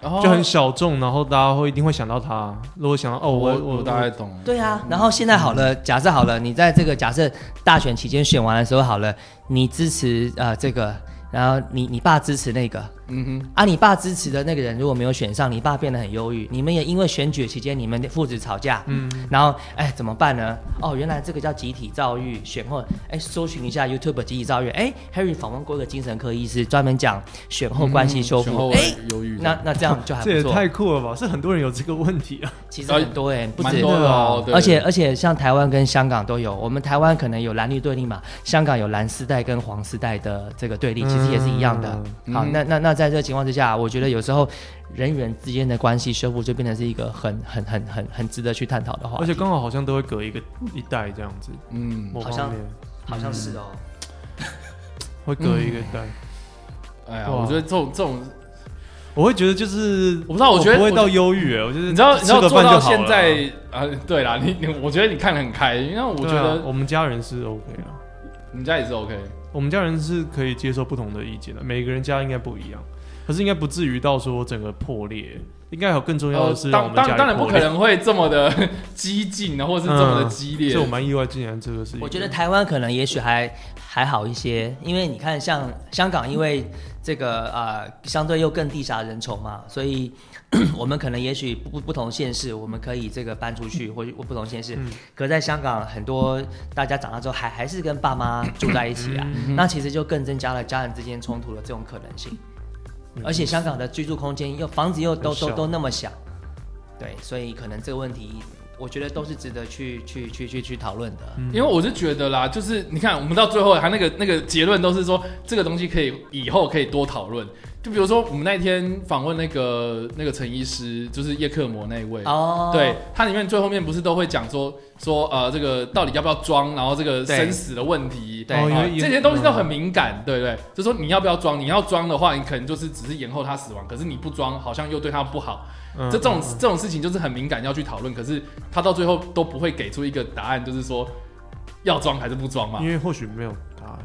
D: 然后
E: 就很小众，然后大家会一定会想到他。如果想到哦，
D: 我
E: 我
D: 我大概懂了。
F: 对啊，然后现在好了，假设好了，你在这个假设大选期间选完的时候好了，你支持呃这个，然后你你爸支持那个，
D: 嗯哼，
F: 啊，你爸支持的那个人如果没有选上，你爸变得很忧郁。你们也因为选举期间，你们父子吵架，嗯，然后哎怎么办呢？哦，原来这个叫集体躁郁。选后哎，搜寻一下 YouTube 集体躁郁，哎，Harry 访问过一个精神科医师，专门讲选后关系修
D: 嗯选后嗯
F: 复，哎、
D: 忧郁，
F: 那那这样就还
E: 这
F: 不
E: 也
F: 错。
E: 太酷了吧！是很多人有这个问题啊。
F: 其实很多哎、不
D: 蛮
F: 止
D: 多的哦，对
F: 而且而且像台湾跟香港都有，我们台湾可能有蓝绿对立嘛，香港有蓝丝带跟黄丝带的这个对立，其实也是一样的。啊
D: 嗯
F: 好，
D: 嗯
F: 那那那在这个情况之下，我觉得有时候人与人之间的关系修复就变成是一个很很很很很值得去探讨的话
E: 而
F: 题，
E: 且刚好好像都会隔一个一代这样子，
D: 嗯，
E: 某
F: 好像
E: 方面
F: 好像是哦。
E: 嗯会隔一个代。
F: 嗯
D: 哎呀，
E: 哇
D: 我觉得这种这种，
E: 我会觉得就是
D: 我不知道，我觉得
E: 不会到
D: 我
E: 忧郁，哎我就是
D: 你知道你知道
E: 吃个
D: 做
E: 饭就
D: 到
E: 好了啊
D: 现在啊，对啦，你你我觉得你看得很开，因为我觉
E: 对啊
D: 得
E: 我们家人是 OK 的，
D: 你家也是 OK，
E: 我们家人是可以接受不同的意见的，每个人家应该不一样，可是应该不至于到说整个破裂，应该有更重要的是让我
D: 呃当
E: 们家
D: 当
E: 里
D: 当然不
E: 破
D: 可
E: 裂，
D: 能会这么的 激进，啊或是这么的激烈
E: 嗯所以我，蛮意外，竟然这个是一个
F: 我觉得台湾可能也许还还好一些，因为你看像香港，因为这个呃相对又更地狭人稠嘛，所以 我们可能也许不不同县市，我们可以这个搬出
E: 嗯
F: 去，或者或不同县市。可在香港，很多大家长大之后还还是跟爸妈住在一起
E: 嗯
F: 啊，那其实就更增加了家人之间冲突的这种可能性。
E: 嗯
D: 嗯
F: 而
E: 哦
F: 且香港的居住空间又房子又都
E: 很小
F: 都都那么小，对，所以可能这个问题，我觉得都是值得去去去去去讨论的。
D: 因为我是觉得啦，就是你看，我们到最后他那个那个结论都是说，这个东西可以以后可以多讨论。就比如说我们那天访问那个那个陈医师，就是叶克膜那一位，嗯
F: 哦，
D: 对，它里面最后面不是都会讲说说呃这个到底要不要装，然后这个
F: 对
D: 生死的问题，
F: 对
D: 啊
E: 哦因为
D: 这些东西都很敏感，对不对？就说你要不要装，你要装的话，你可能就是只是延后他死亡，可是你不装好像又对他不好，
E: 嗯
D: 这这种这种事情就是很敏感要去讨论，可是他到最后都不会给出一个答案，就是说要装还是不装嘛
E: 因，为或许没有答案，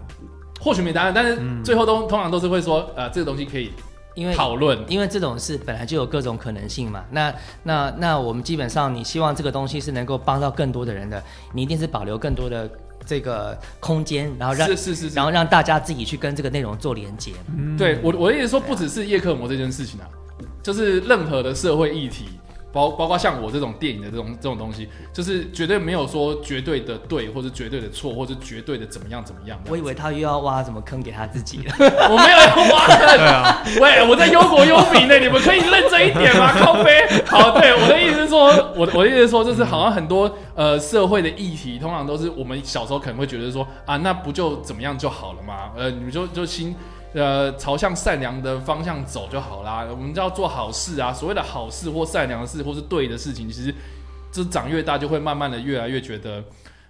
D: 或许没答案，但是
E: 嗯
D: 最后都通常都是会说呃这个东西可以
F: 因为
D: 讨论，
F: 因为这种事本来就有各种可能性嘛。那那那我们基本上，你希望这个东西是能够帮到更多的人的，你一定是保留更多的这个空间，然后让
D: 是是是是
F: 然后让大家自己去跟这个内容做连接。
E: 嗯
D: 对我我的意思说，不只是叶克膜这件事情啊，就是任何的社会议题，包包括像我这种电影的这种这种东西，就是绝对没有说绝对的对，或者绝对的错，或者绝对的怎么样怎么样的。
F: 我以为他又要挖什么坑给他自己了。
D: 我没有要挖
E: 对
D: 人，
E: 啊，
D: 喂，我在忧国忧民呢，你们可以认真一点吗？ 靠背。好，对，我的意思是说，我我的意思是说，就是好像很多呃社会的议题，通常都是我们小时候可能会觉得说啊，那不就怎么样就好了嘛？呃，你们就就心呃朝向善良的方向走就好啦。我们就要做好事啊，所谓的好事或善良的事或是对的事情，其实就是长越大就会慢慢的越来越觉得。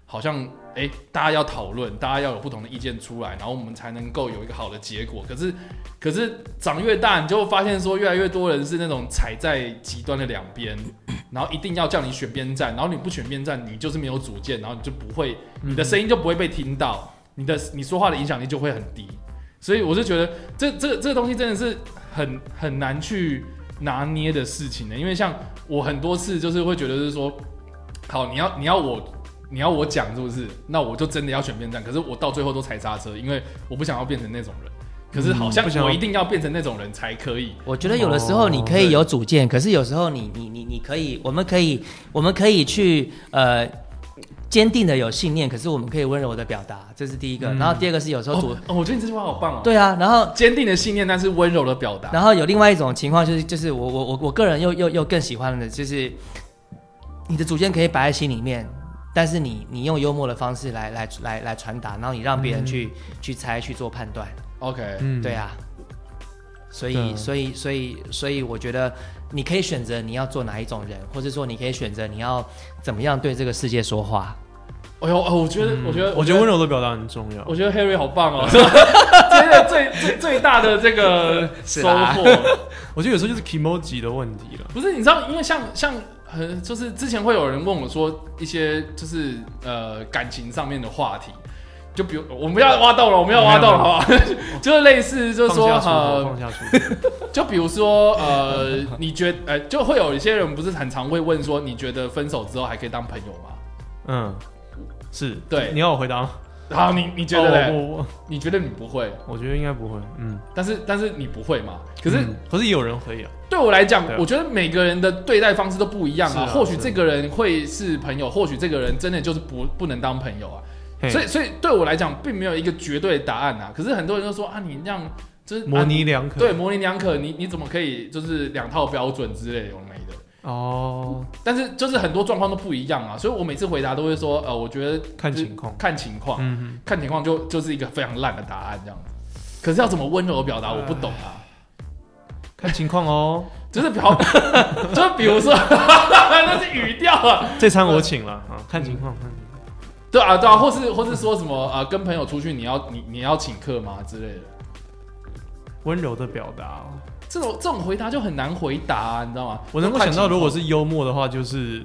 D: 好像哎、诶大家要讨论，大家要有不同的意见出来，然后我们才能够有一个好的结果。可是，可是长越大，你就会发现说，越来越多人是那种踩在极端的两边，然后一定要叫你选边站，然后你不选边站，你就是没有主见，然后你就不会，
E: 嗯
D: 你的声音就不会被听到，你的你说话的影响力就会很低。所以我就觉得这这个这个东西真的是很很难去拿捏的事情欸呢，因为像我很多次就是会觉得是说，好，你要你要我你要我讲是不是？那我就真的要选边站。可是我到最后都踩刹车，因为我不想要变成那种人。可是好像
E: 嗯不想要
D: 我一定要变成那种人才可以。
F: 我觉得有的时候你可以有主见，可是有时候你你你你可以，我们可以我们可以去呃。坚定的有信念，可是我们可以温柔的表达，这是第一个。然后第二个是有时候主、
D: 哦哦，我觉得你这句话好棒哦。，
F: 对啊，然后
D: 坚定的信念，但是温柔的表达。
F: 然后有另外一种情况，就是就是我我我我个人又又又更喜欢的，就是你的主见可以摆在心里面，但是你你用幽默的方式来来来来传达，然后你让别人去、去猜去做判断，
D: OK，哎
E: 嗯
F: 对，啊。所
E: 对啊
F: 以，所以，所以，所以，我觉得你可以选择你要做哪一种人，或者说你可以选择你要怎么样对这个世界说话。
D: 哎呦，哦我觉得，我觉得，
E: 嗯我觉得温，柔的表达很重要
D: 我。觉得 Harry 好棒 哦，真的最最最大的这个
F: 是
D: 收
F: 啦
D: 获，
E: 我觉得有时候就是 emoji 的问题了。
D: 不是，你知道，因为像像很就是之前会有人问我说一些就是呃感情上面的话题，就比如我们要挖到了，我们要挖到了，好吧？ 就是类似就是说
E: 放下出头，
D: 呃
E: 放，下出头。
D: 就比如说呃，你觉得呃，就会有一些人不是很常会问说，你觉得分手之后还可以当朋友吗？
E: 嗯，是
D: 对
E: 你要我回答吗？
D: 好，你你觉得
E: 哦
D: 嘞？
E: 我我
D: 你觉得你不会，
E: 我觉得应该不会。嗯，
D: 但是但是你不会嘛？可是
E: 嗯可是也有人可以啊。
D: 对我来讲
E: 对，啊
D: 我觉得每个人的对待方式都不一样
E: 是
D: 啊。
E: 啊
D: 或许
E: 是啊
D: 这个人会是朋友，或许这个人真的就是不不能当朋友啊。
E: 嘿
D: 所以，所以对我来讲，并没有一个绝对答案啊。可是很多人都说啊，你这样就是
E: 模
D: 啊
E: 棱两
D: 你
E: 可。
D: 对模棱两可，你你怎么可以就是两套标准之类的有没的？
E: 哦，
D: 但是就是很多状况都不一样啊，所以我每次回答都会说，呃，我觉得
E: 看
D: 就是
E: 情况
D: 看情况，
E: 嗯，
D: 看情况就就是一个非常烂的答案这样子。可是要怎么温柔地表达，我不懂啊。
E: 看情况哦。
D: 就是比方， 就是比如说， 那是语调啊，
E: 这餐我请 了啊，看情况。看情况
D: 对啊，对啊，或是或是说什么呃，跟朋友出去你要你你要请客吗之类的，
E: 温柔的表达哦，
D: 这种这种回答就很难回答、啊，你知道吗？
E: 我能够想到，如果
D: 是
E: 是幽默的话，就是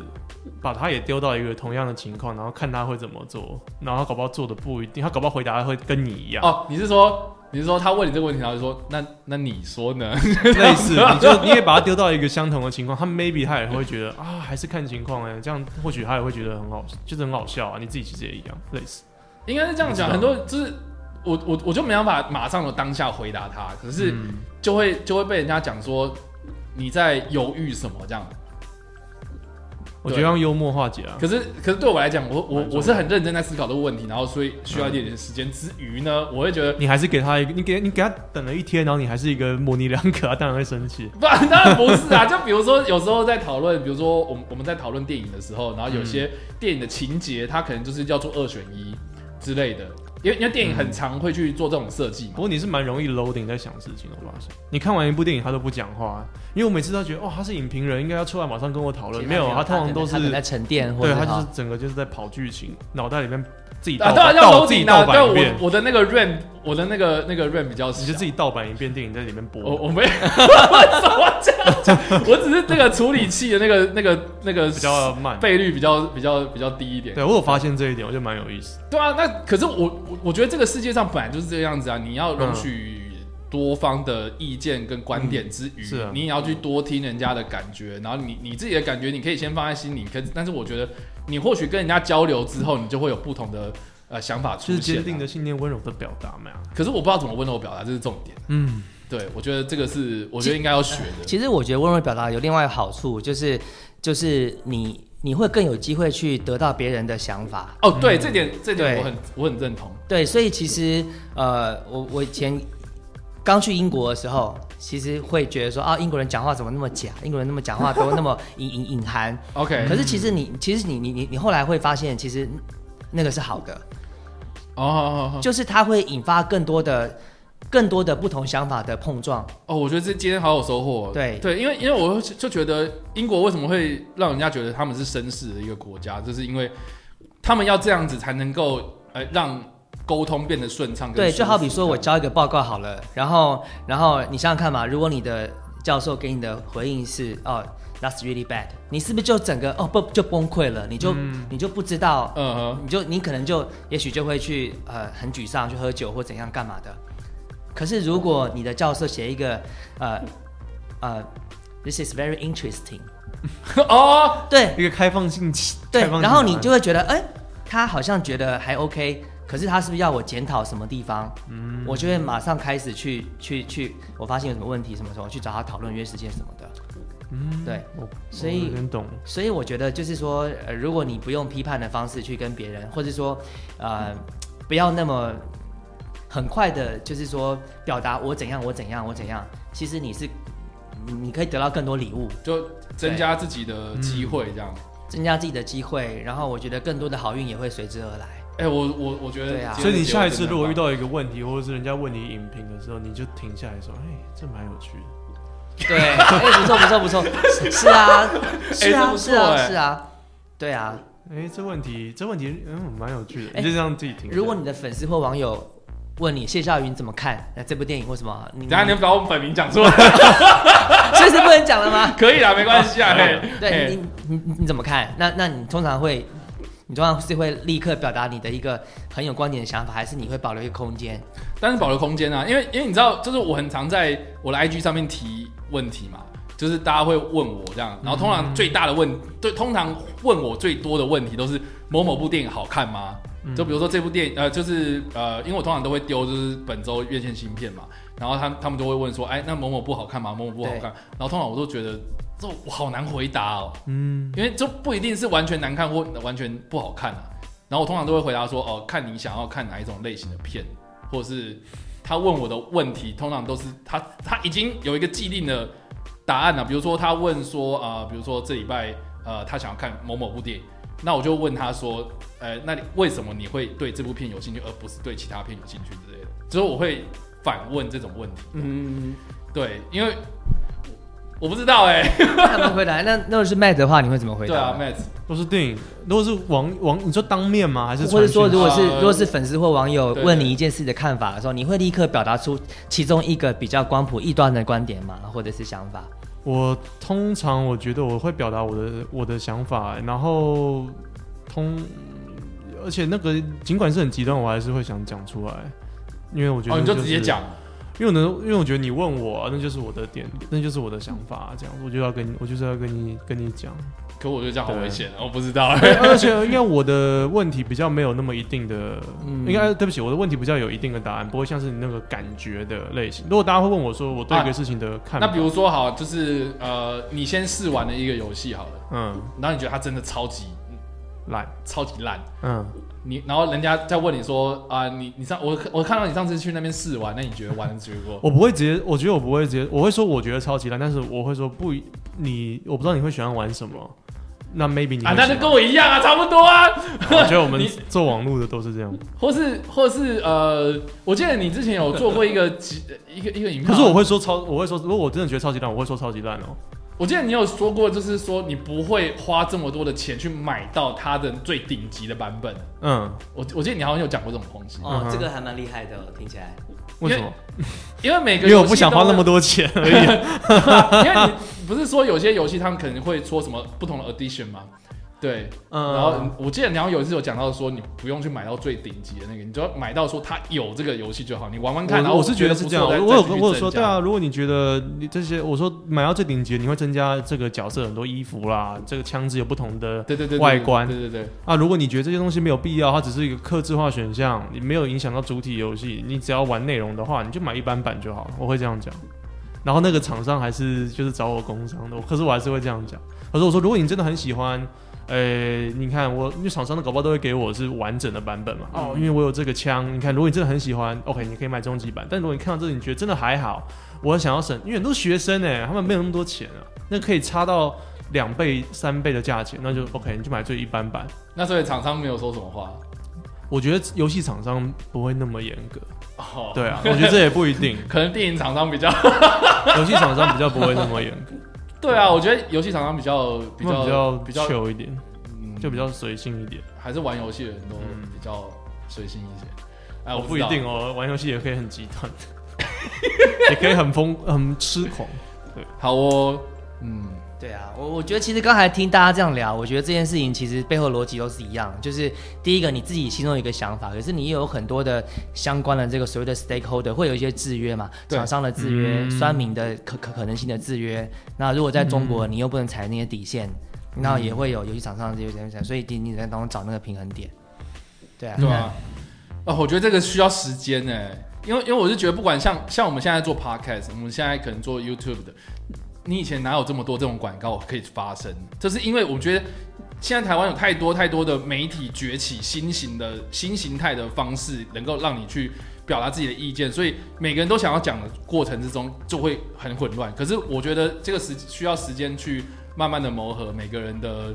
E: 把他也丢到一个同样的情况，然后看他会怎么做，然后他搞不好做的不一定，他搞不好回答会跟你一样，
D: 哦，你是说你是说他问你这个问题，然后就说那那你说呢？
E: 类 似，你就你也把他丢到一个相同的情况，他 maybe 他也会觉得啊，还是看情况哎、这样或许他也会觉得很好，就是很好笑啊，你自己其实也一样，类似，
D: 应该是这样讲，很多就是我我我就没办法马上的当下回答他，可是
E: 嗯
D: 就会就会被人家讲说你在犹豫什么这样。
E: 我觉得用幽默化解啊，
D: 可是，可是对我来讲，我我
E: 蛮重要
D: 我是很认真在思考这个问题，然后所以需要一点点时间之余呢，我会觉得，
E: 你还是给他一个，你给你给他等了一天，然后你还是一个模棱两可，他当然会生气。
D: 不，当然不是啊。就 比如说，有时候在讨论，比如说我们我们在讨论电影的时候，然后有些
E: 嗯
D: 电影的情节，它可能就是要做二选一之类的，因为因为
E: 嗯
D: 电影很常会去做这种设计嘛
E: 不。过你是蛮容易 loading 在想事情的，我发现。你看完一部电影，他都不讲话，因为我每次都觉得，哦哇，他是影评人，应该要出来马上跟我讨论。没有，他通常都是
F: 他可能在沉淀，或
E: 对
F: 者
E: 他就是整个就是在跑剧情，脑袋里面自己
D: 啊，
E: 倒
D: 当然要
E: 倒
D: 收
E: 自己
D: 紧
E: 倒
D: 啊，但
E: 版一
D: 我
E: 遍，
D: 我的那个 RAM，我的那个那个 RAM 比较小，
E: 你就自己盗版一遍电影在里面
D: 我
E: 播，
D: 我没有 怎么这样讲，我只是那个处理器的那个那个那个
E: 比较慢。
D: 倍率比较比较比较低一点。
E: 对我有发现这一点，我觉得蛮有意思。
D: 对啊，那可是我我我觉得这个世界上本来就是这个样子啊，你要容许多方的意见跟观点之余，
E: 嗯是啊
D: 你也要去多听人家的感觉，然后你你自己的感觉你可以先放在心里，可但是我觉得你或许跟人家交流之后，你就会有不同的呃想法出
E: 就
D: 现、
E: 是坚定的。信念，温柔的表达嘛。
D: 可是我不知道怎么温柔表达，这是重点。
E: 嗯，
D: 对，我觉得这个是我觉得应该要学的。
F: 其实我觉得温柔表达有另外一个好处，就是就是你你会更有机会去得到别人的想法。
D: 哦，对，这点这点
F: 对
D: 我很我很认同。
F: 对，所以其实呃，我我以前刚去英国的时候，其实会觉得说啊，英国人讲话怎么那么假？英国人那么讲话都那么 隐隐隐含。
D: OK，
F: 可是其实你其实你你你你后来会发现，其实那个是好的，
D: 哦哦哦
F: 就是它会引发更多的更多的不同想法的碰撞。
D: 哦，我觉得这今天好有收获哦。
F: 对
D: 对，因为因为我就就觉得英国为什么会让人家觉得他们是绅士的一个国家，就是因为他们要这样子才能够呃让沟通变得顺畅跟舒服。
F: 对，就好比说我
D: 这样
F: 交一个报告好了，然后然后你想想看嘛，如果你的教授给你的回应是哦，that's really bad，你是不是就整个哦不就崩溃了？你就、你就不知道，
D: 嗯哼，
F: 你就你可能就也许就会去呃很沮丧去喝酒或怎样干嘛的。可是如果你的教授写一个呃呃，this is very interesting，
D: 哦，
F: 对
E: 一个开放性期，
F: 对
E: 开放，性
F: 然后你
E: 答案
F: 就会觉得哎、他好像觉得还 OK，可是他是不是要我检讨什么地方？我就会马上开始去去去，我发现有什么问题，什么时候去找他讨论约时间什么的。
E: 嗯
F: 对，
E: 我
F: 所以
E: 我有点懂。
F: 所以我觉得就是说，呃，如果你不用批判的方式去跟别人，或者说，呃，不要那么很快的，就是说表达我怎样，我怎样，我怎样，其嗯实你是你你可以得到更多礼物。
D: 就增加自己的机会这样。
F: 增加自己的机会，然后我觉得更多的好运也会随之 而来。
D: 哎、我我我觉得
F: 对啊
D: 今天的节目真的很棒，
E: 所以你下一次如果遇到一个问题，或者是人家问你影评的时候，你就停下来说：“哎，这蛮有趣的。
F: 对，哎、不错不错不错，是是啊，是
D: 这
F: 啊、
D: 不错
F: 是啊
D: 哎
F: 是啊，对啊。”
E: 哎，这问题，这问题，嗯，蛮有趣的。
F: 哎
E: 你就这样自己停下来。
F: 如果你的粉丝或网友问你谢少云怎么看那这部电影或什么，你
D: 等一下你把我们本名讲出来，
F: 这是不能讲了吗？
D: 可以啦，没关系啊，嘿，
F: 对
D: 嘿
F: 你你你你怎么看？那那你通常会，你通常是会立刻表达你的一个很有观点的想法，还是你会保留一个空 间？
D: 但是保留空间啊，因为因为你知道，就是我很常在我的 IG 上面提问题嘛，就是大家会问我这样，然后通常最大的问，对，通常问我最多的问题都是某某部电影好看吗？就比如说这部电影，呃，就是呃，因为我通常都会丢就是本周院线新片嘛，然后他他们就会问说，哎，那某某部好看吗？某某部好看，然后通常我都觉得这我好难回答哦，
E: 嗯，
D: 因为这不一定是完全难看或完全不好看啊。然后我通常都会回答说，哦，看你想要看哪一种类型的片，或是他问我的问题，通常都是他他已经有一个既定的答案了、啊比如说他问说，啊、比如说这礼拜呃他想要看某某部电影，那我就问他说，呃，那你为什么你会对这部片有兴趣，而不是对其他片有兴趣之类的？之后我会反问这种问题。
F: 嗯，
D: 对，因为我我不知道哎、
F: 那么回答，那那如果是 Matt 的话，你会怎么回答？
D: 对啊，Matt，
E: 都是电影，如果是网网，你说当面吗？还是
F: 或者说，
E: 传
F: 如
E: 讯息啊
F: 果
D: 呃
F: 是如果是粉丝或网友
D: 对
F: 问你一件事的看法的时候，你会立刻表达出其中一个比较光谱异端的观点吗？或者是想法？
E: 我通常我觉得我会表达我的我的想法，然后通，而且那个尽管是很极端，我还是会想讲出来，因为我觉得、
D: 哦，你
E: 就
D: 就直接
E: 是
D: 讲。
E: 因为我能，因为我觉得你问我，那就是我的点，那就是我的想法，这样我就要跟，我就是要跟你跟 你讲。
D: 可我觉得这样好
E: 对
D: 危险，我不知道。
E: 而且应该我的问题比较没有那么一定的，
F: 嗯
E: 应该对不起，我的问题比较有一定的答案，不会像是你那个感觉的类型。如果大家会问我说我对一个事情的看法，
D: 那比如说好，就是呃，你先试玩了一个游戏好了，
E: 嗯，
D: 然后你觉得它真的超级
E: 来，
D: 超级烂，
E: 嗯，
D: 你然后人家再问你说啊、你你上我我看到你上次去那边试玩，那你觉得玩的结 果？
E: 我不会直接，我觉得我不会直接，我会说我觉得超级烂，但是我会说不一，你我不知道你会喜欢玩什么，那 maybe 你
D: 啊，
E: 会
D: 那
E: 喜
D: 就
E: 欢
D: 跟我一样啊，差不多啊。
E: 我觉得我们
D: 你
E: 做网络的都是这样，
D: 或是或是呃，我记得你之前有做过一个集一个一个影片，啊
E: 可是我，会说超，我会说如果我真的觉得超级烂，我会说超级烂哦。
D: 我记得你有说过，就是说你不会花这么多的钱去买到它的最顶级的版本。
E: 嗯，
D: 我我记得你好像有讲过这种东西，
E: 嗯哼
F: 个还蛮厉害的哦，听起来。
E: 为什么？
D: 因为每个
E: 因为我
D: 游戏
E: 不想
D: 都
E: 花
D: 会
E: 那么多钱。
D: 因为你不是说有些游戏他们可能会说什么不同的 edition 吗？对，
E: 嗯，
D: 然后我记得你好像有一次有讲到说，你不用去买到最顶级的那个，你就要买到说它有这个游戏就好，你玩玩看。然
E: 我
D: 后
E: 我是觉得是
D: 不
E: 这样，
D: 错再
E: 我我有
D: 再继续
E: 我有
D: 增
E: 说，
D: 加
E: 对啊，如果你觉得你这些，我说买到最顶级的，你会增加这个角色很多衣服啦，这个枪支有不同的
D: 对对对对
E: 外观
D: 对对对，
E: 啊。如果你觉得这些东西没有必要，它只是一个克制化选项，你没有影响到主体游戏，你只要玩内容的话，你就买一般版就好了。我会这样讲。然后那个厂商还是就是找我工商的，可是我还是会这样讲。可是我说，如果你真的很喜欢，呃，你看我，因为厂商的搞不好都会给我是完整的版本嘛。哦，因为我有这个枪，你看，如果你真的很喜欢，OK，你可以买终极版。但如果你看到这个，你觉得真的还好，我想要省，因为很多学生哎、他们没有那么多钱啊，那可以差到两倍、三倍的价钱，那就 OK，你就买最一般版。
D: 那所以厂商没有说什么话。
E: 我觉得游戏厂商不会那么严格，
D: 哦，
E: 对啊，我觉得这也不一定，
D: 可能电影厂商比 较，
E: 游戏厂商比较不会那么严格，
D: 对啊，我觉得游戏厂商比较比
E: 比较
D: 较
E: 比
D: 比
E: 较
D: 较，
E: chill 一点，
D: 嗯
E: 就比较随性一点。
D: 还是玩游戏的人都
E: 嗯
D: 比较随性一些。哎，
E: 我不
D: 知
E: 一
D: 道
E: 定哦，玩游戏也可以很极端， 也可以很疯、很痴狂。
D: 好哦，嗯，
F: 对啊，我我觉得其实刚才听大家这样聊，我觉得这件事情其实背后逻辑都是一样，就是第一个你自己心中有一个想法，可是你也有很多的相关的这个所谓的 stakeholder 会有一些制约嘛，
D: 对
F: 厂商的制约、
E: 嗯
F: 酸民的可可可能性的制约。那如果在中国，你又不能踩那些底线，那也会有游戏厂商的这些，所以你你在当中找那个平衡点。对啊，
D: 对啊，啊，我觉得这个需要时间呢，因为因为我是觉得，不管像像我们现在做 podcast，我们现在可能做 YouTube 的，你以前哪有这么多这种广告可以发生？这是因为我觉得现在台湾有太多太多的媒体崛起，新型的新形态的方式，能够让你去表达自己的意见，所以每个人都想要讲的过程之中就会很混乱。可是我觉得这个时需要时间去慢慢的磨合每个人的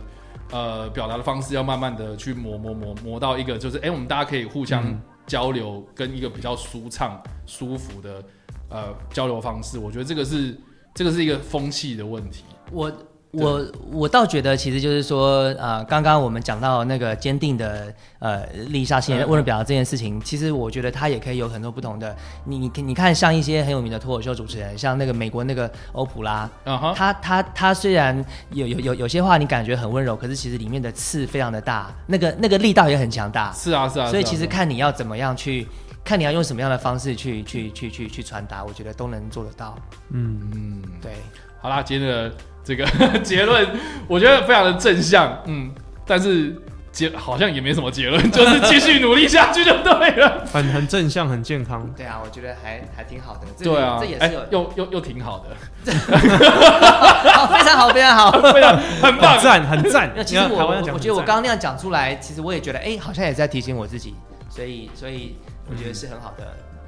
D: 呃表达的方式要慢慢的去磨磨磨磨到一个就是哎、诶我们大家可以互相
F: 嗯
D: 交流，跟一个比较舒畅舒服的呃交流方式。我觉得这个是这个是一个风气的问题。
F: 我我我倒觉得，其实就是说，呃，刚刚我们讲到那个坚定的呃丽莎
D: 嗯
F: 新人为了表达这件事情，其实我觉得他也可以有很多不同的。你你你看，像一些很有名的脱口秀主持人，像那个美国那个欧普拉，
D: 啊哈，
F: 他他他虽然有有有有些话你感觉很温柔，可是其实里面的刺非常的大，那个那个力道也很强大。
D: 是啊是啊，
F: 所以
D: 是啊
F: 其实
D: 是啊
F: 看你要怎么样去，看你要用什么样的方式去去去去去传达，我觉得都能做得到。嗯嗯，对。
D: 好啦，今天的这个 结论，我觉得非常的正向，嗯，但是结好像也没什么结 论，就是继续努力下去就对了。
E: 很很正向，很健康。
F: 对啊，我觉得还还挺好的。这
D: 对啊，
F: 这也
D: 哎
F: 是有、
D: 又又又挺好的，哎
F: 好非常好，非 常好。
D: 非常很棒
E: 很。
F: 哦
E: 赞，很赞
F: 那。其
E: 你
F: 实
E: 看
F: 我
E: 台湾要
F: 我
E: 讲
F: 我
E: 很
F: 觉得我
E: 赞
F: 刚刚那样讲出来，其实我也觉得，哎、好像也在提醒我自己，所以所以我觉得是很好的、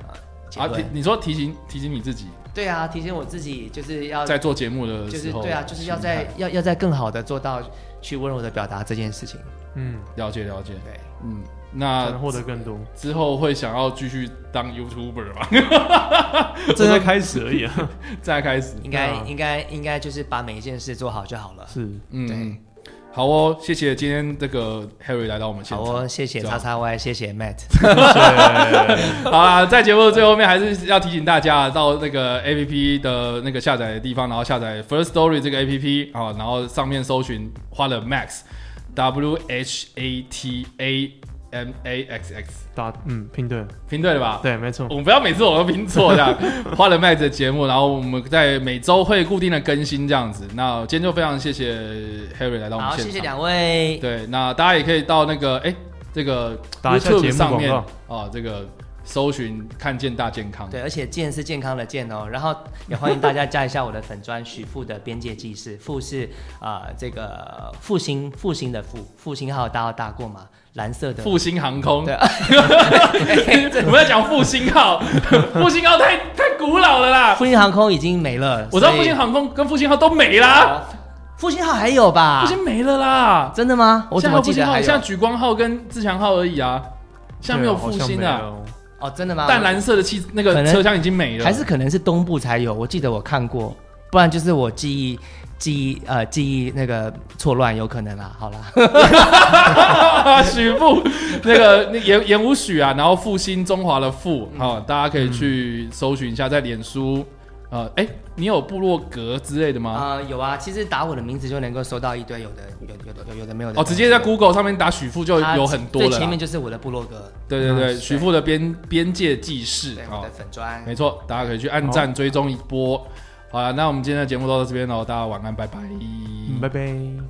F: 呃结
D: 啊，
F: 论
D: 提。你说提醒提醒你自己，
F: 对啊，提醒我自己就是要
D: 在做节目的
F: 就
D: 时
F: 是
D: 候，
F: 对啊，就是要在要要在更好的做到去温柔的表达这件事情。
E: 嗯，
D: 了解了解，
F: 对，
D: 嗯，
E: 才
D: 那
E: 能获得更多，
D: 之后会想要继续当 YouTuber 吗？
E: 正在开始而已啊。
D: 再开始，
F: 应该、
E: 对啊
F: 应该应该就是把每一件事做好就好了。
E: 是，
D: 嗯，
F: 对
D: 嗯好哦，谢谢今天这个 Harry 来到我们现
F: 好
D: 场，啊
F: 哦，谢谢
D: 这
F: 叉
D: 样
F: 叉 Y，谢谢 Matt。
D: 好啦，在节目的最后面还是要提醒大家到那个 A P P 的那个下载的地方，然后下载 First Story 这个 A P P 啊，然后上面搜寻花了 Max W H A T A M A X X，
E: 答嗯拼对了，
D: 拼对了吧？
E: 对，没错
D: 我。们不要每次我都拼错这样， 花了麦子的节目，然后我们在每周会固定的更新这样子。那今天就非常谢谢 Harry 来到我们
F: 好，
D: 现场，
F: 谢谢两位。
D: 对，那大家也可以到那个哎、这个
E: 打一下节
D: YouTube
E: 目
D: 上
E: 广
D: 面
E: 告
D: 啊，这个搜寻看见大健康。
F: 对，而且健是健康的健哦，然后也欢迎大家加一下我的粉砖许富的边界记事，富是啊、呃这个复兴复兴的复，复兴号大号大过嘛，蓝色的。
D: 复兴航空，
F: 对
D: 我们要讲复兴 号，复兴号太太古老了啦。
F: 复兴航空已经没了，
D: 我知道
F: 所以
D: 复兴航空跟复兴号都没啦，
F: 复兴号还有吧？
D: 复兴没了啦。
F: 真的吗？啊我
D: 现
F: 怎
D: 在
F: 么
D: 复
F: 记
D: 兴
F: 得
D: 号，
F: 还
D: 现在
F: 有？
D: 举光号跟自强号而已啊，现在没有复兴
E: 对啊
D: 啊。，
F: 哦，真的吗？
D: 淡蓝色的汽那个
F: 可能
D: 车厢已经没了，
F: 还是可能是东部才有，我记得我看过，不然就是我记忆记忆呃记忆那个错乱，有可能啦。好啦。
D: 许富那个那演演武许啊，然后复兴中华的复，
F: 嗯
D: 好、大家可以去搜寻一下，在脸书，呃，哎、你有部落格之类的吗？
F: 啊、有啊，其实打我的名字就能够收到一堆有的有有的有有的没有的
D: 哦，
F: 东西。
D: 直接在 Google 上面打许富就
F: 它
D: 有很多
F: 最
D: 了
F: 前
D: 啦
F: 面。就是我的部落格，
D: 对对对，
E: 嗯
D: 许富的边边界记事
F: 对
D: 啊、
F: 我的粉砖。
D: 没错，大家可以去按赞追踪一波。好了，那我们今天的节目都到这边喽，大家晚安，拜拜，
E: 嗯拜拜。